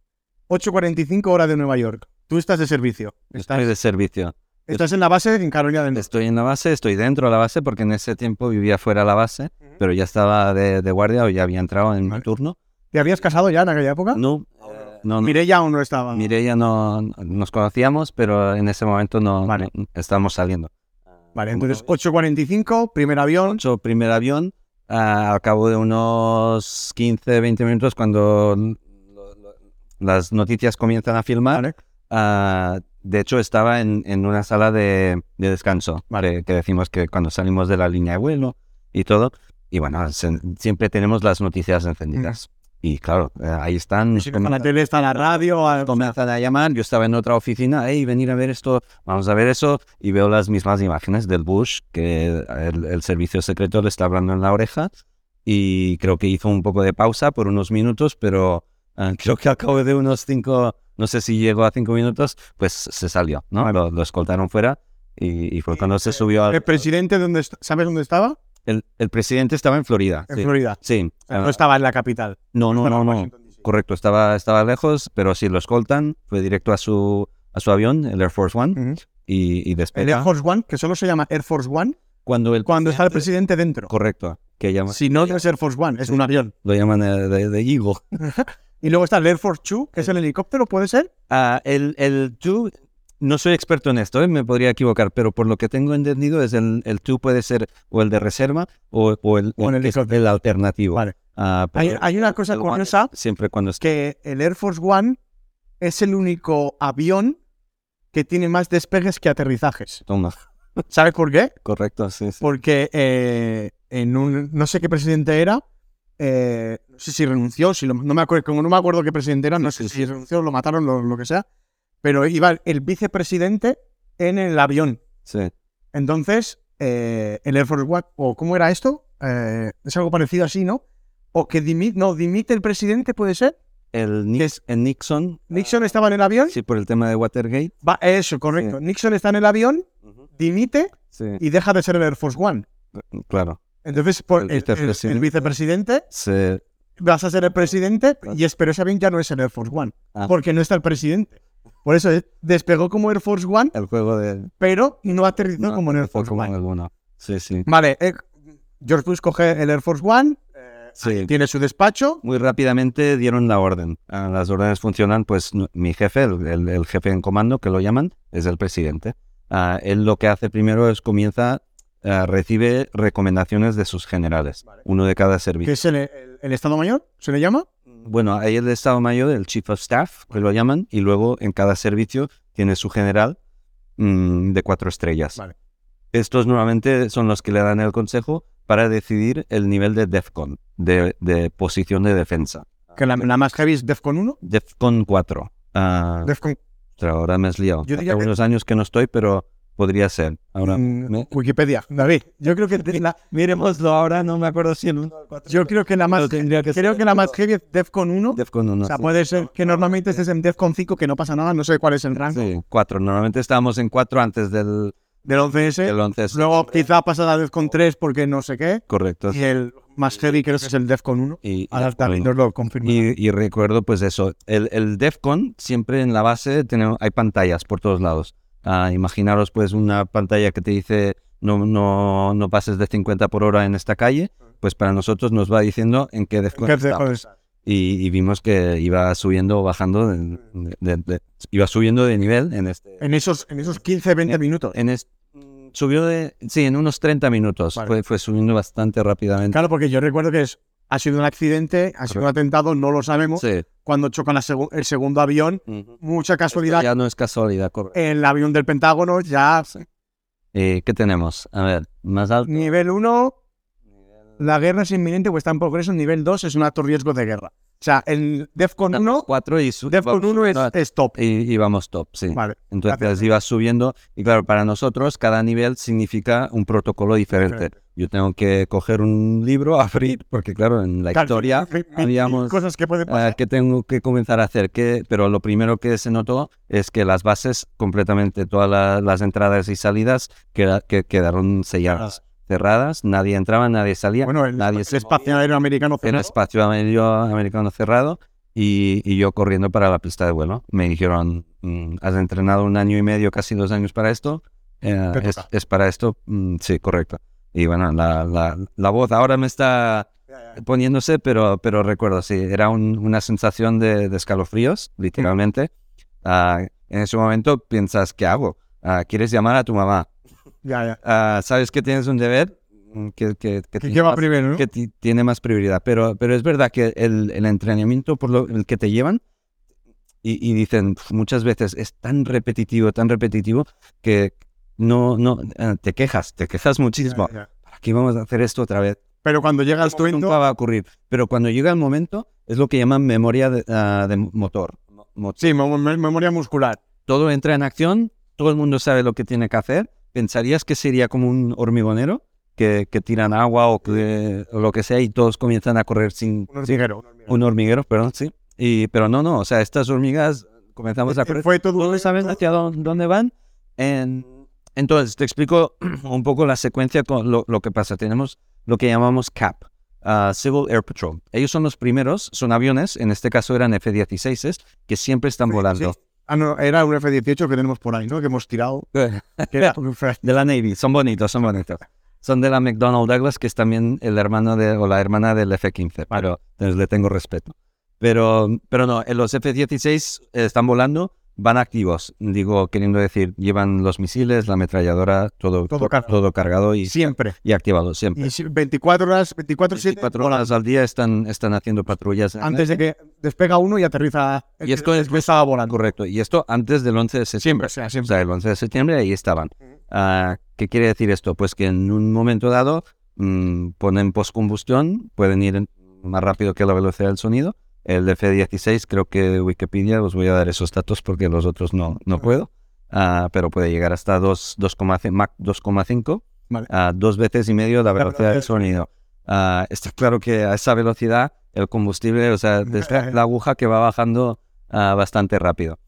Speaker 1: 8.45 hora de Nueva York. Tú estás de servicio.
Speaker 2: Estoy
Speaker 1: Estás,
Speaker 2: de servicio.
Speaker 1: estás en la base en Carolina del Norte.
Speaker 2: Estoy en la base, estoy dentro de la base porque en ese tiempo vivía fuera de la base, pero ya estaba de, de guardia o ya había entrado en mi
Speaker 1: Vale. Ah.
Speaker 2: turno.
Speaker 1: ¿Te habías casado ya en aquella época?
Speaker 2: No, no, no.
Speaker 1: Mirella aún no estaba.
Speaker 2: Mireia no nos conocíamos, pero en ese momento no,
Speaker 1: Vale.
Speaker 2: no- estábamos saliendo.
Speaker 1: Vale, entonces 8.45, primer avión.
Speaker 2: Hecho primer avión, ah, al cabo de unos 15, 20 minutos, cuando lo- lo- las noticias comienzan a filmar,
Speaker 1: Vale.
Speaker 2: ah, de hecho estaba en, en una sala de, de descanso, que, que decimos que cuando salimos de la línea de vuelo y todo, y bueno, se- siempre tenemos las noticias encendidas. Y claro, eh, ahí están. nos
Speaker 1: Sí,
Speaker 2: comentan-
Speaker 1: la tele está la radio. a-
Speaker 2: Comienzan a llamar, yo estaba en otra oficina, hey, venir a ver esto, vamos a ver eso, y veo las mismas imágenes del Bush, que el, el servicio secreto le está hablando en la oreja, y creo que hizo un poco de pausa por unos minutos, pero eh, creo que al cabo de unos cinco, no sé si llegó a cinco minutos, pues se salió, ¿no? Lo, lo escoltaron fuera, y, y fue cuando se subió al...
Speaker 1: eh, ¿El presidente dónde est- sabes dónde estaba?
Speaker 2: El, el presidente estaba en Florida.
Speaker 1: En
Speaker 2: sí.
Speaker 1: Florida.
Speaker 2: Sí.
Speaker 1: O sea, no
Speaker 2: eh,
Speaker 1: estaba en la capital.
Speaker 2: no, no,
Speaker 1: Estaba
Speaker 2: no,
Speaker 1: en
Speaker 2: no.
Speaker 1: Washington, D.C.
Speaker 2: Correcto, estaba, estaba lejos, pero sí lo escoltan, fue directo a su, a su avión, el Air Force One,
Speaker 1: Ujú.
Speaker 2: y, y
Speaker 1: El
Speaker 2: despeja.
Speaker 1: Air Force One, que solo se llama Air Force One,
Speaker 2: Cuando, el
Speaker 1: cuando está el presidente dentro.
Speaker 2: Correcto, que llama,
Speaker 1: Si no, no es Air Force One, es un avión.
Speaker 2: lo llaman eh, de, de Eagle.
Speaker 1: Y luego está el Air Force Two, que es el helicóptero, ¿puede ser?
Speaker 2: Ah, el, el Two, no soy experto en esto, eh, me podría equivocar, pero por lo que tengo entendido es el, el Two puede ser o el de reserva o, o el,
Speaker 1: O en
Speaker 2: o
Speaker 1: el
Speaker 2: que es el alternativo.
Speaker 1: Vale.
Speaker 2: Ah, pero
Speaker 1: Hay-
Speaker 2: el-
Speaker 1: hay una cosa
Speaker 2: el One
Speaker 1: curiosa
Speaker 2: es Siempre cuando es
Speaker 1: Que el Air Force One es el único avión que tiene más despegues que aterrizajes.
Speaker 2: Toma,
Speaker 1: ¿Sabes por qué?
Speaker 2: correcto, sí, sí.
Speaker 1: Porque eh, en un. No sé qué presidente era. eh, no sé si renunció, si lo- no me acuerdo, como no me acuerdo qué presidente era, no sé si renunció, lo mataron, lo, lo que sea. Pero iba el vicepresidente en el avión.
Speaker 2: sí.
Speaker 1: Entonces, eh, el Air Force One, o ¿cómo era esto? Eh, es algo parecido así, ¿no? O que dimite, no, dimite el presidente, puede ser.
Speaker 2: El, Nix- el Nixon,
Speaker 1: Nixon estaba en el avión.
Speaker 2: Ah, sí, por el tema de Watergate.
Speaker 1: Va, eso, correcto. Nixon está en el avión, dimite
Speaker 2: Sí,
Speaker 1: y deja de ser el Air Force One.
Speaker 2: claro.
Speaker 1: Entonces, por-
Speaker 2: El
Speaker 1: el, el- el
Speaker 2: vicepresidente.
Speaker 1: vicepresidente,
Speaker 2: Se,
Speaker 1: vas a ser el presidente y espero ese avión ya no es el Air Force One,
Speaker 2: Ah.
Speaker 1: porque no está el presidente. Por eso eh, despegó como Air Force One,
Speaker 2: el juego de...
Speaker 1: pero no aterrizó como en Air
Speaker 2: fue
Speaker 1: Force
Speaker 2: como
Speaker 1: One.
Speaker 2: alguno. Sí, sí.
Speaker 1: Vale, eh, George Bush coge el Air Force One,
Speaker 2: Sí.
Speaker 1: tiene su despacho,
Speaker 2: Muy rápidamente dieron la orden. Ah, Las órdenes funcionan, pues no- mi jefe, el, el- el jefe en comando, que lo llaman, es el presidente. Ah, él lo que hace primero es comienza, ah, recibe recomendaciones de sus generales,
Speaker 1: Vale.
Speaker 2: uno de cada servicio.
Speaker 1: que es el, el- el Estado Mayor, se le llama.
Speaker 2: Bueno, hay el Estado Mayor, el Chief of Staff, que lo llaman, y luego en cada servicio tiene su general mm, de cuatro estrellas.
Speaker 1: Vale.
Speaker 2: Estos nuevamente son los que le dan el consejo para decidir el nivel de DEFCON, de, de posición de defensa.
Speaker 1: Que la, la más heavy es DEFCON 1.
Speaker 2: DEFCON 4. Ah,
Speaker 1: DEFCON,
Speaker 2: ostras, ahora me has liado.
Speaker 1: Yo
Speaker 2: Hace
Speaker 1: diría que-
Speaker 2: unos años que no estoy, pero podría ser. Ahora
Speaker 1: mm, pues
Speaker 2: me-
Speaker 1: Wikipedia. David, yo creo que de- la,
Speaker 2: miremoslo ahora, no me acuerdo si el 1 o 4.
Speaker 1: Yo creo que la más
Speaker 2: tendría que
Speaker 1: creo
Speaker 2: ser.
Speaker 1: que la más heavy es Defcon 1.
Speaker 2: DEFCON 1.
Speaker 1: o sea, puede ser que normalmente estés en Defcon 5 que no pasa nada, no sé cuál es el rango
Speaker 2: sí, 4. Normalmente estábamos en 4 antes del,
Speaker 1: del 11S.
Speaker 2: del 11.
Speaker 1: Luego quizá pasas a Defcon 3 porque no sé qué.
Speaker 2: Correcto.
Speaker 1: Y el más heavy creo que es el Defcon 1.
Speaker 2: eh, Y,
Speaker 1: Ahora David
Speaker 2: y-
Speaker 1: nos lo confirma.
Speaker 2: y- y recuerdo pues eso, el, el DEFCON siempre en la base tenemos, hay pantallas por todos lados. Ah, imaginaros pues una pantalla que te dice no, no, no pases de 50 por hora en esta calle, pues para nosotros nos va diciendo en qué DEFCON
Speaker 1: Ah. ¿Qué
Speaker 2: estamos.
Speaker 1: Defcon es?
Speaker 2: Y, y vimos que iba subiendo o bajando, de- de- de- iba subiendo de nivel en este...
Speaker 1: Mm. En esos, en esos 15, 20 minutos.
Speaker 2: Eh, En es- subió de... Sí, en unos 30 minutos.
Speaker 1: Vale.
Speaker 2: Fue, fue subiendo bastante rápidamente.
Speaker 1: Claro, porque yo recuerdo que es, ha sido un accidente, ha sido un atentado, no lo sabemos.
Speaker 2: Sí.
Speaker 1: Cuando chocan la segu- el segundo avión,
Speaker 2: Ujú.
Speaker 1: mucha
Speaker 2: Esto
Speaker 1: casualidad.
Speaker 2: Ya no es casualidad, correcto.
Speaker 1: El avión del Pentágono ya
Speaker 2: Eh, ¿Qué tenemos? A ver, más alto.
Speaker 1: Nivel 1, la guerra es inminente o está en progreso. Nivel 2 es un alto riesgo de guerra. O sea, el DEFCON 1,
Speaker 2: 4 y su-
Speaker 1: DEFCON
Speaker 2: vamos-
Speaker 1: 1 es,
Speaker 2: no,
Speaker 1: es top.
Speaker 2: y, y vamos top, sí.
Speaker 1: Vale.
Speaker 2: Entonces
Speaker 1: Gracias.
Speaker 2: ibas subiendo y claro, para nosotros cada nivel significa un protocolo diferente.
Speaker 1: Diferente.
Speaker 2: Yo tengo que coger un libro, abrir, porque claro, en la
Speaker 1: Claro,
Speaker 2: historia
Speaker 1: mil- mil
Speaker 2: habíamos
Speaker 1: cosas que pueden
Speaker 2: ah,
Speaker 1: pasar.
Speaker 2: que tengo que comenzar a hacer, que, pero lo primero que se notó es que las bases completamente, todas la- las entradas y salidas queda- que quedaron selladas, cerradas, nadie entraba, nadie salía,
Speaker 1: Ah. bueno, el,
Speaker 2: nadie
Speaker 1: el
Speaker 2: se
Speaker 1: espacio aéreo americano
Speaker 2: el
Speaker 1: cerrado.
Speaker 2: espacio aéreo americano cerrado y, y yo corriendo para la pista de vuelo. Me dijeron, "Mm, has entrenado un año y medio, casi dos años para esto. eh,
Speaker 1: Te
Speaker 2: es,
Speaker 1: toca".
Speaker 2: es para esto, Mm, sí, correcto. Y bueno, la, la- la voz ahora me está poniéndose, pero, pero recuerdo, sí, era un- una sensación de, de escalofríos, literalmente. Ah, en ese momento piensas, ¿qué hago? Ah, ¿Quieres llamar a tu mamá?
Speaker 1: Ya, ya.
Speaker 2: Ah, ¿Sabes que tienes un deber? Mm, Que, que, que
Speaker 1: ¿Qué,
Speaker 2: tienes
Speaker 1: qué va
Speaker 2: más-
Speaker 1: primero, no?
Speaker 2: que ti- tiene más prioridad. Pero, pero es verdad que el, el entrenamiento por lo, el que te llevan y, y dicen "Pf, muchas veces es tan repetitivo, tan repetitivo que no, no eh, te quejas, te quejas muchísimo.
Speaker 1: Ya, ya.
Speaker 2: ¿Para qué vamos a hacer esto otra vez?
Speaker 1: Pero cuando llega el
Speaker 2: Esto nunca
Speaker 1: tuento,
Speaker 2: va a ocurrir. Pero cuando llega el momento es lo que llaman memoria de, ah, de motor. Mo-
Speaker 1: sí, me- me- memoria muscular.
Speaker 2: todo entra en acción, todo el mundo sabe lo que tiene que hacer. ¿Pensarías que sería como un hormigonero? Que, que tiran agua o, que- o lo que sea y todos comienzan a correr sin...
Speaker 1: Un
Speaker 2: sin-
Speaker 1: hormiguero.
Speaker 2: un hormiguero, perdón, sí. Y, pero no, no, o sea, estas hormigas comenzamos a correr.
Speaker 1: Eh, Fue todo
Speaker 2: ¿Todos saben hacia dónde, dónde van? En- entonces, te explico un poco la secuencia con lo, lo que pasa. Tenemos lo que llamamos CAP, ah, Civil Air Patrol. Ellos son los primeros, son aviones, en este caso eran F-16s, que siempre están volando.
Speaker 1: Ah, no, era un F-18 que tenemos por ahí, ¿no? Que hemos tirado. Que era un F-
Speaker 2: De la Navy, son bonitos, son bonitos. Son de la McDonnell Douglas, que es también el hermano de, o la hermana del F-15, pero entonces le tengo respeto. Pero, pero no, eh, los F-16 están volando, van activos. Digo, queriendo decir, llevan los misiles, la ametralladora, todo,
Speaker 1: Todo cargado.
Speaker 2: cargado y,
Speaker 1: Siempre.
Speaker 2: y activado siempre.
Speaker 1: Y si- 24 horas, 24, 7,
Speaker 2: 24 horas al día están, están haciendo patrullas.
Speaker 1: antes de que despega uno y aterriza.
Speaker 2: ¿eh? Y esto es-
Speaker 1: estaba volando. pues,
Speaker 2: Correcto, y esto antes del 11 de septiembre.
Speaker 1: O sea,
Speaker 2: O
Speaker 1: siempre.
Speaker 2: sea, el 11 de septiembre ahí estaban.
Speaker 1: Ujú.
Speaker 2: Ah, ¿Qué quiere decir esto? Pues que en un momento dado mm, ponen postcombustión, pueden ir en- más rápido que la velocidad del sonido. El F-16, creo que Wikipedia, os voy a dar esos datos porque los otros no, no puedo, Ah, pero puede llegar hasta 2, 2,5 Mach 2,5,
Speaker 1: Vale.
Speaker 2: ah, dos veces y medio la
Speaker 1: velocidad
Speaker 2: velocidad
Speaker 1: del
Speaker 2: del sonido. Ah, está claro que a esa velocidad el combustible, o sea, desde la aguja que va bajando ah, bastante rápido.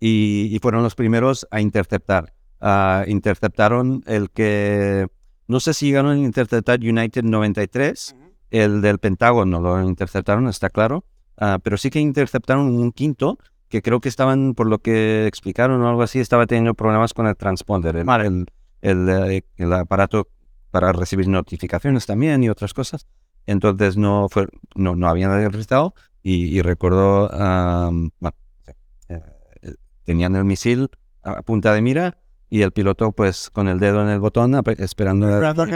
Speaker 2: Y, y fueron los primeros a interceptar. Ah, interceptaron el que, no sé si llegaron a interceptar United 93, el del Pentágono lo interceptaron, está claro, Ah, pero sí que interceptaron un quinto que creo que estaban, por lo que explicaron o algo así, estaba teniendo problemas con el transponder, el, el- el, eh, el aparato para recibir notificaciones también y otras cosas. Entonces no, fue, no, no habían aterrizado y, y recuerdo, ah, bueno, eh, eh, tenían el misil a punta de mira y el piloto pues con el dedo en el botón ape- esperando a-
Speaker 1: Esperando que,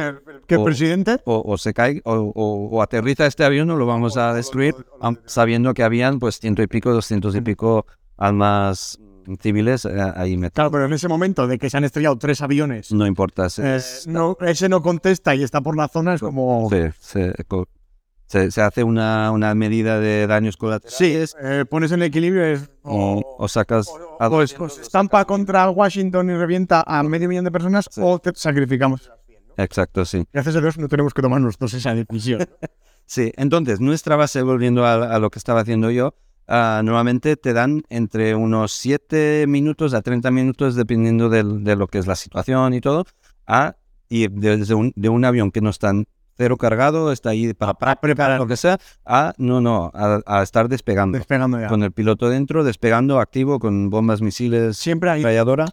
Speaker 1: que el
Speaker 2: eh, O-
Speaker 1: presidente.
Speaker 2: o, o se cae o, o- o aterriza este avión o lo vamos
Speaker 1: O- o
Speaker 2: a
Speaker 1: lo-
Speaker 2: destruir,
Speaker 1: o lo- o lo
Speaker 2: am-
Speaker 1: detenemos.
Speaker 2: sabiendo que habían pues ciento y pico, doscientos y pico almas civiles eh, ahí metidas.
Speaker 1: Claro, pero en ese momento de que se han estrellado tres aviones,
Speaker 2: No importa.
Speaker 1: eh,
Speaker 2: se-
Speaker 1: no, ese no contesta y está por la zona, es como.
Speaker 2: se, se- co- se- se hace una, una medida de daños colaterales
Speaker 1: Sí, eh, pones en equilibrio es.
Speaker 2: Mm, o, o sacas...
Speaker 1: o-
Speaker 2: a
Speaker 1: o es- o
Speaker 2: 200,
Speaker 1: se estampa contra Washington y revienta a medio millón de personas
Speaker 2: Sí.
Speaker 1: o te sacrificamos.
Speaker 2: Exacto, sí.
Speaker 1: Gracias a Dios no tenemos que tomar nosotros esa decisión.
Speaker 2: Sí, entonces, nuestra base, volviendo a, a lo que estaba haciendo yo, ah, normalmente te dan entre unos 7 minutos a 30 minutos, dependiendo del- de, lo que es la situación y todo, a ir desde un, de un avión que no está en cero cargado, está ahí para, para preparar lo que sea, a, no, no, a, a estar despegando.
Speaker 1: Despegando ya.
Speaker 2: Con el piloto dentro, despegando, activo, con bombas, misiles,
Speaker 1: Siempre hay.
Speaker 2: rayadora.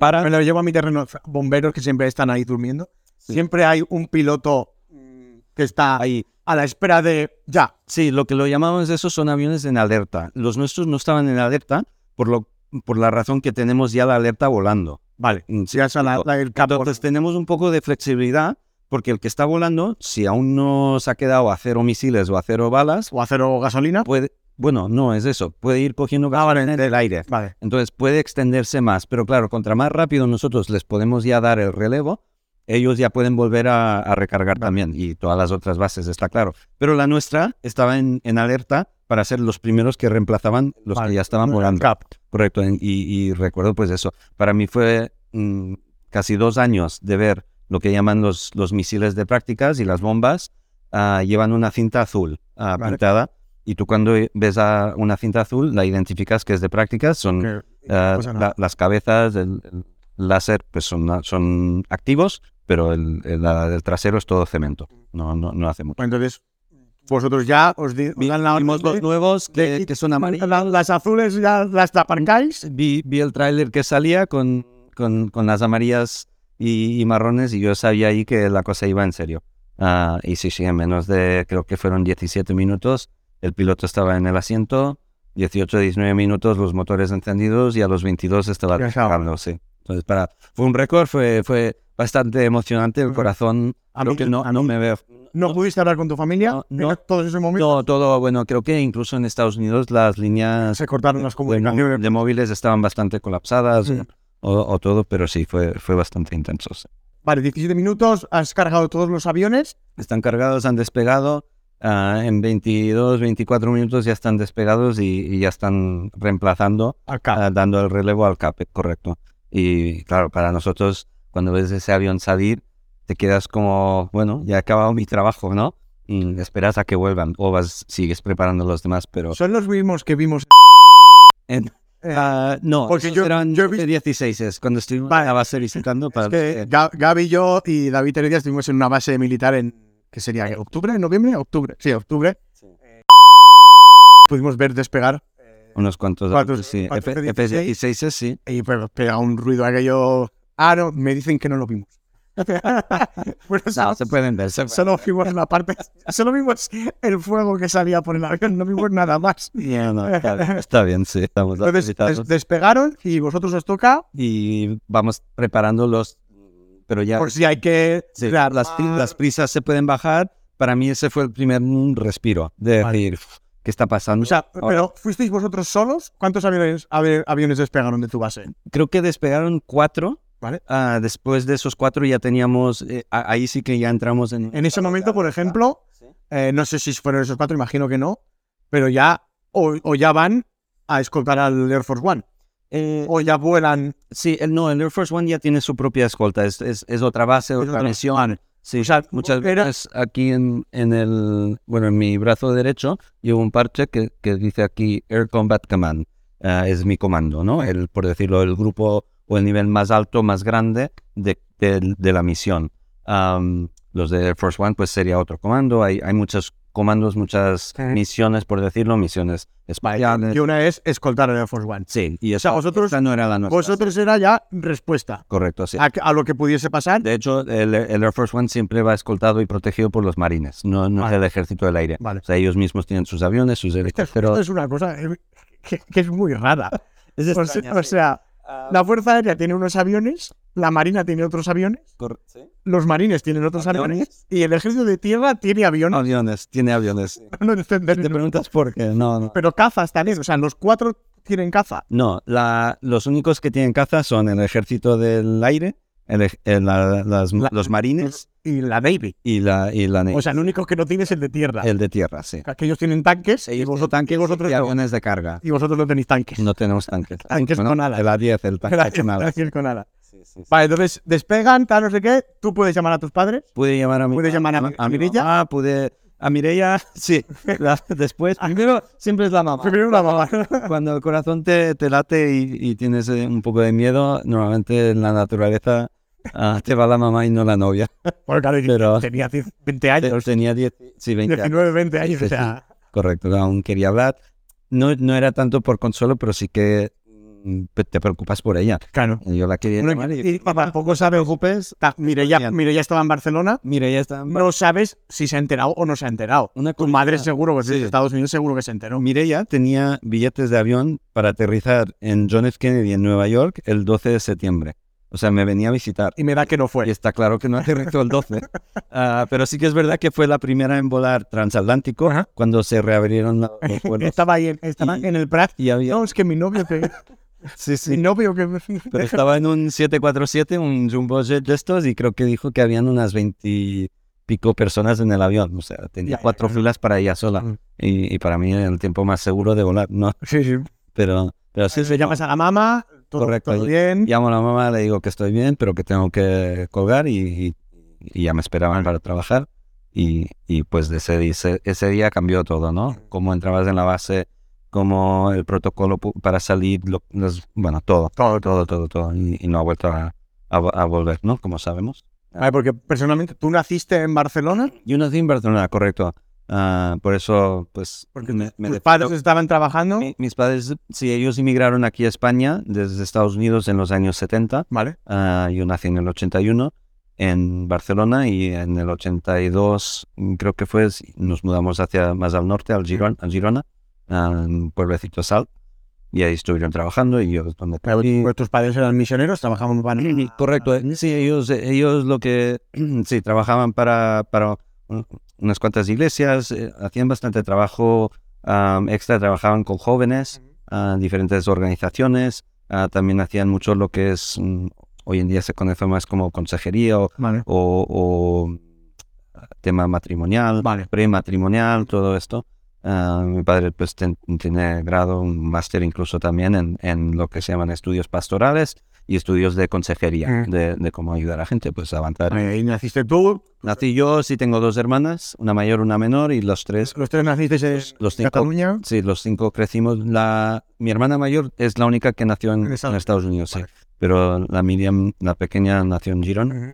Speaker 1: Para, me lo llevo a mi terreno. Bomberos que siempre están ahí durmiendo.
Speaker 2: Sí.
Speaker 1: Siempre hay un piloto mm, que está
Speaker 2: Ahí,
Speaker 1: a la espera de. Ya.
Speaker 2: Sí, lo que lo llamamos esos son aviones en alerta. Los nuestros no estaban en alerta por, lo, por la razón que tenemos ya la alerta volando.
Speaker 1: Vale.
Speaker 2: Mm, sí.
Speaker 1: Ya es a la- la- el capo.
Speaker 2: Entonces tenemos un poco de flexibilidad porque el que está volando, si aún no se ha quedado a cero misiles o a cero balas,
Speaker 1: O acero gasolina.
Speaker 2: puede, bueno, no es eso, puede ir cogiendo gasolina del aire.
Speaker 1: Vale.
Speaker 2: Entonces puede extenderse más, pero claro, contra más rápido nosotros les podemos ya dar el relevo, ellos ya pueden volver a, a recargar también y todas las otras bases, está claro. Pero la nuestra estaba en, en alerta para ser los primeros que reemplazaban los
Speaker 1: Vale.
Speaker 2: que ya estaban volando. Correcto, en- y, y recuerdo pues eso. Para mí fue mm, casi dos años de ver lo que llaman los, los misiles de prácticas y las bombas. ah, llevan una cinta azul ah,
Speaker 1: Vale.
Speaker 2: pintada y tú cuando ves a una cinta azul la identificas que es de prácticas. Son
Speaker 1: Que-
Speaker 2: ah,
Speaker 1: no pasa nada.
Speaker 2: la- las cabezas, el, el láser pues son, son activos, pero el, el- la del trasero es todo cemento. No, no, no hace mucho.
Speaker 1: Bueno, Pues Entonces, vosotros ya os, di- os dan la
Speaker 2: Vimos los
Speaker 1: orden. ¿eh?
Speaker 2: nuevos
Speaker 1: de-
Speaker 2: que, que son amarillos.
Speaker 1: La- las azules ya las taparcáis.
Speaker 2: vi, vi el tráiler que salía con, con, con las amarillas y, y marrones y yo sabía ahí que la cosa iba en serio. Ah, y sí, sí, en menos de, creo que fueron 17 minutos, el piloto estaba en el asiento, 18, 19 minutos los motores encendidos y a los 22 estaba
Speaker 1: Ya estaba.
Speaker 2: despegando, sí. Entonces, para, fue un récord, fue, fue bastante emocionante, el
Speaker 1: Ujú.
Speaker 2: corazón,
Speaker 1: A
Speaker 2: creo
Speaker 1: mí-
Speaker 2: que no,
Speaker 1: a
Speaker 2: no
Speaker 1: mí-
Speaker 2: me veo.
Speaker 1: ¿No pudiste hablar con tu familia?
Speaker 2: No,
Speaker 1: en
Speaker 2: no.
Speaker 1: todos esos momentos
Speaker 2: No, todo, bueno, creo que incluso en Estados Unidos las líneas
Speaker 1: se cortaron las
Speaker 2: de, mó-
Speaker 1: comunicaciones.
Speaker 2: de móviles estaban bastante colapsadas
Speaker 1: Sí.
Speaker 2: o, o todo, pero sí, fue, fue bastante intenso. sí.
Speaker 1: Vale, 17 minutos, has cargado todos los aviones.
Speaker 2: Están cargados, han despegado, ah, en 22, 24 minutos ya están despegados y, y ya están reemplazando,
Speaker 1: Acá.
Speaker 2: ah, dando el relevo al CAP, correcto. Y claro, para nosotros, cuando ves ese avión salir, te quedas como, bueno, ya he acabado mi trabajo, ¿no? Y esperas a que vuelvan o vas, sigues preparando los demás, pero...
Speaker 1: Son los mismos que vimos.
Speaker 2: En-
Speaker 1: Eh,
Speaker 2: Ah, no,
Speaker 1: porque
Speaker 2: esos
Speaker 1: yo-
Speaker 2: eran
Speaker 1: yo he visto-
Speaker 2: 16 es cuando estuvimos
Speaker 1: Vale.
Speaker 2: en la base visitando para
Speaker 1: es que
Speaker 2: eh,
Speaker 1: Ga- Gaby, yo y David Heredia estuvimos en una base militar en. ¿Qué sería?
Speaker 2: Eh,
Speaker 1: ¿Octubre? ¿Noviembre? ¿Octubre? Sí, octubre. Eh, pudimos ver despegar. eh,
Speaker 2: unos cuantos
Speaker 1: Cuatro-
Speaker 2: otros, sí.
Speaker 1: cuatro
Speaker 2: F-
Speaker 1: F-16.
Speaker 2: F-16 sí.
Speaker 1: Y pero pega un ruido aquello. Ah, no, me dicen que no lo vimos. bueno,
Speaker 2: No,
Speaker 1: solo,
Speaker 2: se pueden ver. se-
Speaker 1: Pues solo vimos la parte. Solo vimos el fuego que salía por el avión, no vimos nada más.
Speaker 2: Ya, no, está, bien, está bien, sí. Estamos
Speaker 1: Entonces
Speaker 2: habilitados.
Speaker 1: des- despegaron y vosotros os toca
Speaker 2: y vamos preparando los. Pero ya
Speaker 1: por si hay que.
Speaker 2: sí,
Speaker 1: rearmar.
Speaker 2: las, pri- las prisas se pueden bajar. Para mí ese fue el primer mm, respiro de
Speaker 1: Vale.
Speaker 2: decir, "Uf, ¿qué está pasando?
Speaker 1: O sea,
Speaker 2: Ahora-
Speaker 1: pero ¿fuisteis vosotros solos? ¿Cuántos aviones, avi- aviones despegaron de tu base?
Speaker 2: creo que despegaron cuatro.
Speaker 1: Vale.
Speaker 2: Ah, después de esos cuatro ya teníamos, eh, a- ahí sí que ya entramos en...
Speaker 1: En ese momento, por ejemplo, eh, no sé si fueron esos cuatro, imagino que no, pero ya o, o ya van a escoltar al Air Force One
Speaker 2: Eh,
Speaker 1: o ya vuelan.
Speaker 2: sí, el, no, el Air Force One ya tiene su propia escolta, es, es, es otra base, otra
Speaker 1: otra-
Speaker 2: misión. Sí,
Speaker 1: O sea,
Speaker 2: muchas
Speaker 1: era-
Speaker 2: veces aquí en, en el, bueno, en mi brazo derecho llevo un parche que, que dice aquí Air Combat Command, Ah, es mi comando, ¿no? El, por decirlo, el grupo o el nivel más alto, más grande de, del- de la misión. Am, los de Air Force One, pues sería otro comando. Hay, hay muchos comandos, muchas
Speaker 1: Sí.
Speaker 2: misiones, por decirlo, misiones espaciales.
Speaker 1: Y una es escoltar al Air Force One.
Speaker 2: Sí, y
Speaker 1: sea,
Speaker 2: esa,
Speaker 1: vosotros-
Speaker 2: esa no era la nuestra.
Speaker 1: Vosotros era ya respuesta
Speaker 2: Correcto, sí.
Speaker 1: a, a lo que pudiese pasar.
Speaker 2: De hecho, el, el Air Force One siempre va escoltado y protegido por los marines, no, no
Speaker 1: Vale.
Speaker 2: es el ejército del aire.
Speaker 1: Vale.
Speaker 2: O sea, ellos mismos tienen sus aviones, sus
Speaker 1: Esto es, esto
Speaker 2: helicópteros.
Speaker 1: es una cosa eh, que, que es muy rara.
Speaker 2: Es
Speaker 1: O sea, o sea,
Speaker 2: Ah.
Speaker 1: la Fuerza Aérea tiene unos aviones, la Marina tiene otros aviones, los marines tienen otros aviones
Speaker 2: ¿Aviones?
Speaker 1: y el Ejército de Tierra tiene aviones.
Speaker 2: Aviones, tiene aviones.
Speaker 1: No entender
Speaker 2: Ah. Te preguntas por qué. No, no.
Speaker 1: Pero cazas también, o sea, los cuatro tienen caza.
Speaker 2: No, la- los únicos que tienen caza son el ejército del aire, el ej- el- la- las-
Speaker 1: La- Pues
Speaker 2: los marines
Speaker 1: Y la Navy.
Speaker 2: y la, y la Navy.
Speaker 1: O sea, el único que no tiene es el de tierra.
Speaker 2: el de tierra, sí.
Speaker 1: Que ellos tienen tanques y,
Speaker 2: Ellos
Speaker 1: vosotros, y
Speaker 2: tienen
Speaker 1: vosotros
Speaker 2: y
Speaker 1: no.
Speaker 2: aviones de carga.
Speaker 1: Y vosotros no tenéis tanques.
Speaker 2: No tenemos tanques.
Speaker 1: Tanques con alas.
Speaker 2: El A10, el tanque con alas.
Speaker 1: Tanques con alas. Vale, entonces despegan, tal, no sé qué. Tú puedes llamar a tus padres.
Speaker 2: Pude llamar a mi
Speaker 1: ¿Puedes llamar a Mi-
Speaker 2: mi
Speaker 1: Mirella?
Speaker 2: mamá, pude a Mirella, sí. La- después, primero siempre es la mamá.
Speaker 1: Primero la mamá.
Speaker 2: Cuando el corazón te, te late y, y tienes eh, un poco de miedo, normalmente en la naturaleza ah, te va la mamá y no la novia.
Speaker 1: Porque claro, yo
Speaker 2: Pero-
Speaker 1: tenía 10, 20 años,
Speaker 2: Pero tenía 10, sí, 20 años,
Speaker 1: 19, 20 años.
Speaker 2: Sí,
Speaker 1: o sea,
Speaker 2: correcto, aún quería hablar. No, no era tanto por consuelo, pero sí que mm, pe- te preocupas por ella.
Speaker 1: claro.
Speaker 2: Yo la quería
Speaker 1: Uno-
Speaker 2: llamar
Speaker 1: y
Speaker 2: y...
Speaker 1: tampoco sabe ocupes. Mirella, Mirella estaba en Barcelona.
Speaker 2: Mira, ya está.
Speaker 1: No sabes si se ha enterado o no se ha enterado.
Speaker 2: Una
Speaker 1: Tu madre
Speaker 2: curiosidad.
Speaker 1: seguro que sí.
Speaker 2: Sí.
Speaker 1: Estados Unidos seguro que se enteró.
Speaker 2: Mireia tenía billetes de avión para aterrizar en John F. Kennedy en Nueva York el 12 de septiembre. O sea, me venía a visitar.
Speaker 1: Y me da que no fue.
Speaker 2: Y está claro que no aterrizó el 12. Ah, pero sí que es verdad que fue la primera en volar transatlántico
Speaker 1: Ajá.
Speaker 2: cuando se reabrieron la- los vuelos.
Speaker 1: Estaba ahí, en- estaba
Speaker 2: Y-
Speaker 1: en el Prat.
Speaker 2: Y había,
Speaker 1: No, es que mi novio te-
Speaker 2: Sí,
Speaker 1: Sí,
Speaker 2: sí.
Speaker 1: no veo que...
Speaker 2: Pero estaba en un 747, un jumbo jet de estos, y creo que dijo que habían unas 20 y pico personas en el avión. O sea, tenía
Speaker 1: Ya, ya,
Speaker 2: cuatro
Speaker 1: ya.
Speaker 2: filas para ella sola.
Speaker 1: Mm.
Speaker 2: Y, y para mí era el tiempo más seguro de volar, ¿no?
Speaker 1: Sí, sí.
Speaker 2: Pero, pero sí, se llama
Speaker 1: Llamas a la mamá, todo,
Speaker 2: Correcto.
Speaker 1: todo bien.
Speaker 2: Llamo a la mamá, le digo que estoy bien, pero que tengo que colgar y, y- y ya me esperaban para trabajar. Y, y pues de ese, di- ese, ese día cambió todo, ¿no? Cómo entrabas en la base, cómo el protocolo pu- para salir, lo- los- bueno, todo,
Speaker 3: Todo, todo.
Speaker 2: todo, todo, todo. Y, y no ha vuelto a, a vo- a volver, ¿no? Como sabemos.
Speaker 1: Vale, porque personalmente, ¿tú naciste en Barcelona?
Speaker 2: Y una en Barcelona, correcto. Ah, por eso, pues,
Speaker 1: Porque
Speaker 2: me- me
Speaker 1: ¿Tus
Speaker 2: defiendo-
Speaker 1: padres estaban trabajando?
Speaker 2: Mi- mis padres, sí, ellos inmigraron aquí a España desde Estados Unidos en los años 70.
Speaker 1: Vale.
Speaker 2: Ah, yo nací en el 81 en Barcelona y en el 82 mm, creo que fue sí, nos mudamos hacia más al norte al Girona, al Girona al pueblecito Sal y ahí estuvieron trabajando y yo donde
Speaker 1: Pero,
Speaker 2: crecí.
Speaker 1: pues, tus padres eran misioneros, trabajaban para...
Speaker 2: correcto eh, sí ellos ellos lo que sí trabajaban para para un- unas cuantas iglesias eh, hacían bastante trabajo am, extra trabajaban con jóvenes a diferentes organizaciones. ah, también hacían mucho lo que es, mm, hoy en día se conoce más como consejería o,
Speaker 1: Vale.
Speaker 2: o- o, ah, tema matrimonial,
Speaker 1: Vale.
Speaker 2: prematrimonial, todo esto. Ah, mi padre pues ten- tiene grado, un máster incluso también en, en lo que se llaman estudios pastorales y estudios de consejería,
Speaker 1: Mm.
Speaker 2: de, de cómo ayudar a gente pues a avanzar.
Speaker 1: Ahí ahí naciste tú,
Speaker 2: Nací yo, sí tengo dos hermanas, una mayor, una menor y los tres
Speaker 1: los tres nacisteis en
Speaker 2: Los- los
Speaker 1: en
Speaker 2: cinco.
Speaker 1: Cataluña.
Speaker 2: Sí, los cinco crecimos. La, mi hermana mayor es la única que nació en,
Speaker 1: En
Speaker 2: en
Speaker 1: Estados
Speaker 2: Estados, Unidos, sí. Pero la Miriam, la pequeña, nació en Girón.
Speaker 1: Ujú.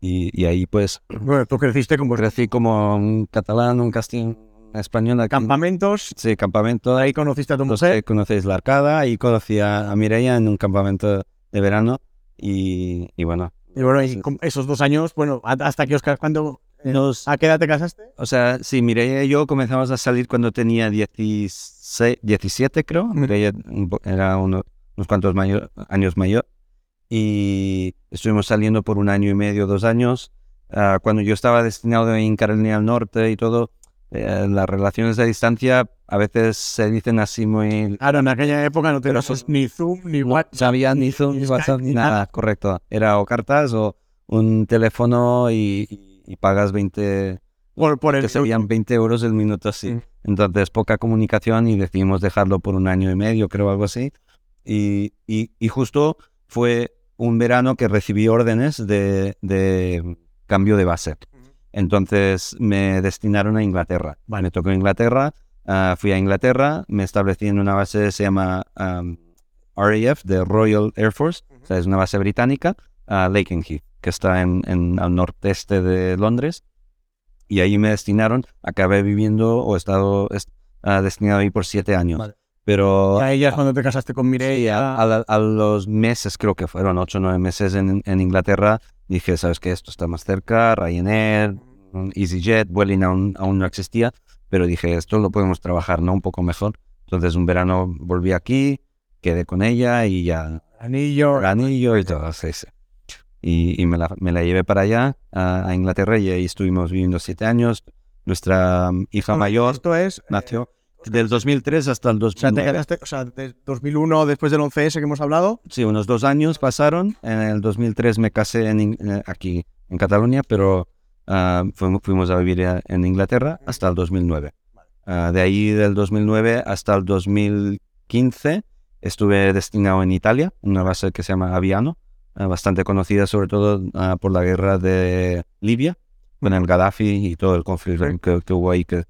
Speaker 2: Y, y ahí, pues,
Speaker 1: Bueno, tú creciste con vuestros
Speaker 2: crecí como un catalán, un castillo, español. Aquí,
Speaker 1: campamentos,
Speaker 2: Sí, campamento. Ahí
Speaker 1: ahí conociste a tu
Speaker 2: los
Speaker 1: mujer.
Speaker 2: que conocéis la arcada. Ahí conocí a, a Mireia en un campamento de verano. Y, y bueno,
Speaker 1: Y bueno, y con esos dos años, bueno, a- hasta que Oscar, ¿cuándo? eh,
Speaker 2: nos,
Speaker 1: ¿A qué edad te casaste?
Speaker 2: O sea, sí, Mireia y yo comenzamos a salir cuando tenía 16, 17, creo. Mireia un po- era uno- unos cuantos mayo- años mayor. Y estuvimos saliendo por un año y medio, dos años. Ah, cuando yo estaba destinado en Carolina del Norte y todo, eh, las relaciones a distancia a veces se dicen así muy...
Speaker 1: Claro, en aquella época no tenías
Speaker 2: Pero-
Speaker 1: ni Zoom, ni WhatsApp.
Speaker 2: Sabían ni Zoom,
Speaker 1: ni
Speaker 2: ni
Speaker 1: Skype,
Speaker 2: WhatsApp,
Speaker 1: ni
Speaker 2: ni
Speaker 1: nada.
Speaker 2: nada, correcto. Era o cartas o un teléfono y- y- y pagas 20,
Speaker 1: Por, por el,
Speaker 2: que serían 20 euros el minuto así.
Speaker 1: Mm.
Speaker 2: Entonces, poca comunicación y decidimos dejarlo por un año y medio, creo, algo así. Y, y- y justo fue un verano que recibí órdenes de, de cambio de base. Entonces me destinaron a Inglaterra. Me tocó Inglaterra, ah, fui a Inglaterra, me establecí en una base que se llama am, RAF, de Royal Air Force, o sea, es una base británica, a Lakenheath, que está en, en- al nordeste de Londres. Y ahí me destinaron, acabé viviendo o he estado est- ah, destinado ahí por siete años.
Speaker 1: Vale.
Speaker 2: Pero
Speaker 1: A ella es cuando te casaste con
Speaker 2: Ah. Sí,
Speaker 1: Mireia.
Speaker 2: a, a- a los meses, creo que fueron ocho o nueve meses en, en Inglaterra, dije, ¿sabes qué? Esto está más cerca, Ryanair, mm, EasyJet, Vueling aún, aún no existía, pero dije, esto lo podemos trabajar, ¿no? Un poco mejor. Entonces un verano volví aquí, quedé con ella y ya,
Speaker 1: anillo.
Speaker 2: el anillo y todo, sí, sí. Y, y me, la, me la llevé para allá, a, a Inglaterra, y ahí estuvimos viviendo siete años. Nuestra mm, hija mayor
Speaker 1: Esto es. eh,
Speaker 2: nació del 2003 hasta el
Speaker 1: o sea, te
Speaker 2: 2009.
Speaker 1: casaste, o sea, de 2001, después del 11S que hemos hablado.
Speaker 2: Sí, unos dos años pasaron. En el 2003 me casé en In- eh, aquí en Cataluña, pero ah, fuimos, fuimos a vivir a- en Inglaterra hasta el 2009. Ah, de ahí del 2009 hasta el 2015 estuve destinado en Italia, una base que se llama Aviano, ah, bastante conocida sobre todo ah, por la guerra de Libia con el Gaddafi y todo el conflicto
Speaker 1: Sí.
Speaker 2: que, que hubo ahí que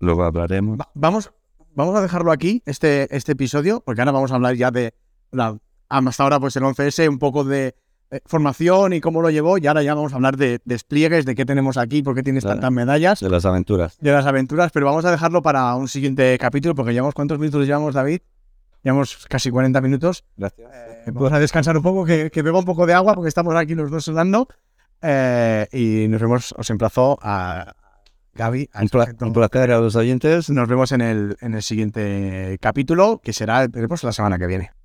Speaker 2: luego hablaremos.
Speaker 1: Va- vamos, vamos a dejarlo aquí, este, este episodio, porque ahora vamos a hablar ya de. La, hasta ahora, pues el 11S, un poco de eh, formación y cómo lo llevó. Y ahora ya vamos a hablar de despliegues, de qué tenemos aquí, por qué tienes
Speaker 2: Claro.
Speaker 1: tantas medallas.
Speaker 2: De las aventuras.
Speaker 1: de las aventuras, pero vamos a dejarlo para un siguiente capítulo porque llevamos cuántos minutos llevamos, David. Llevamos casi 40 minutos.
Speaker 2: Gracias.
Speaker 1: Eh, vamos a descansar un poco, que, que beba un poco de agua porque estamos aquí los dos sudando. Eh, y nos vemos, os emplazo a Gaby. a- este
Speaker 2: Un pla- un placer a los oyentes.
Speaker 1: Nos vemos en el, en el siguiente capítulo, que será, pues, la semana que viene.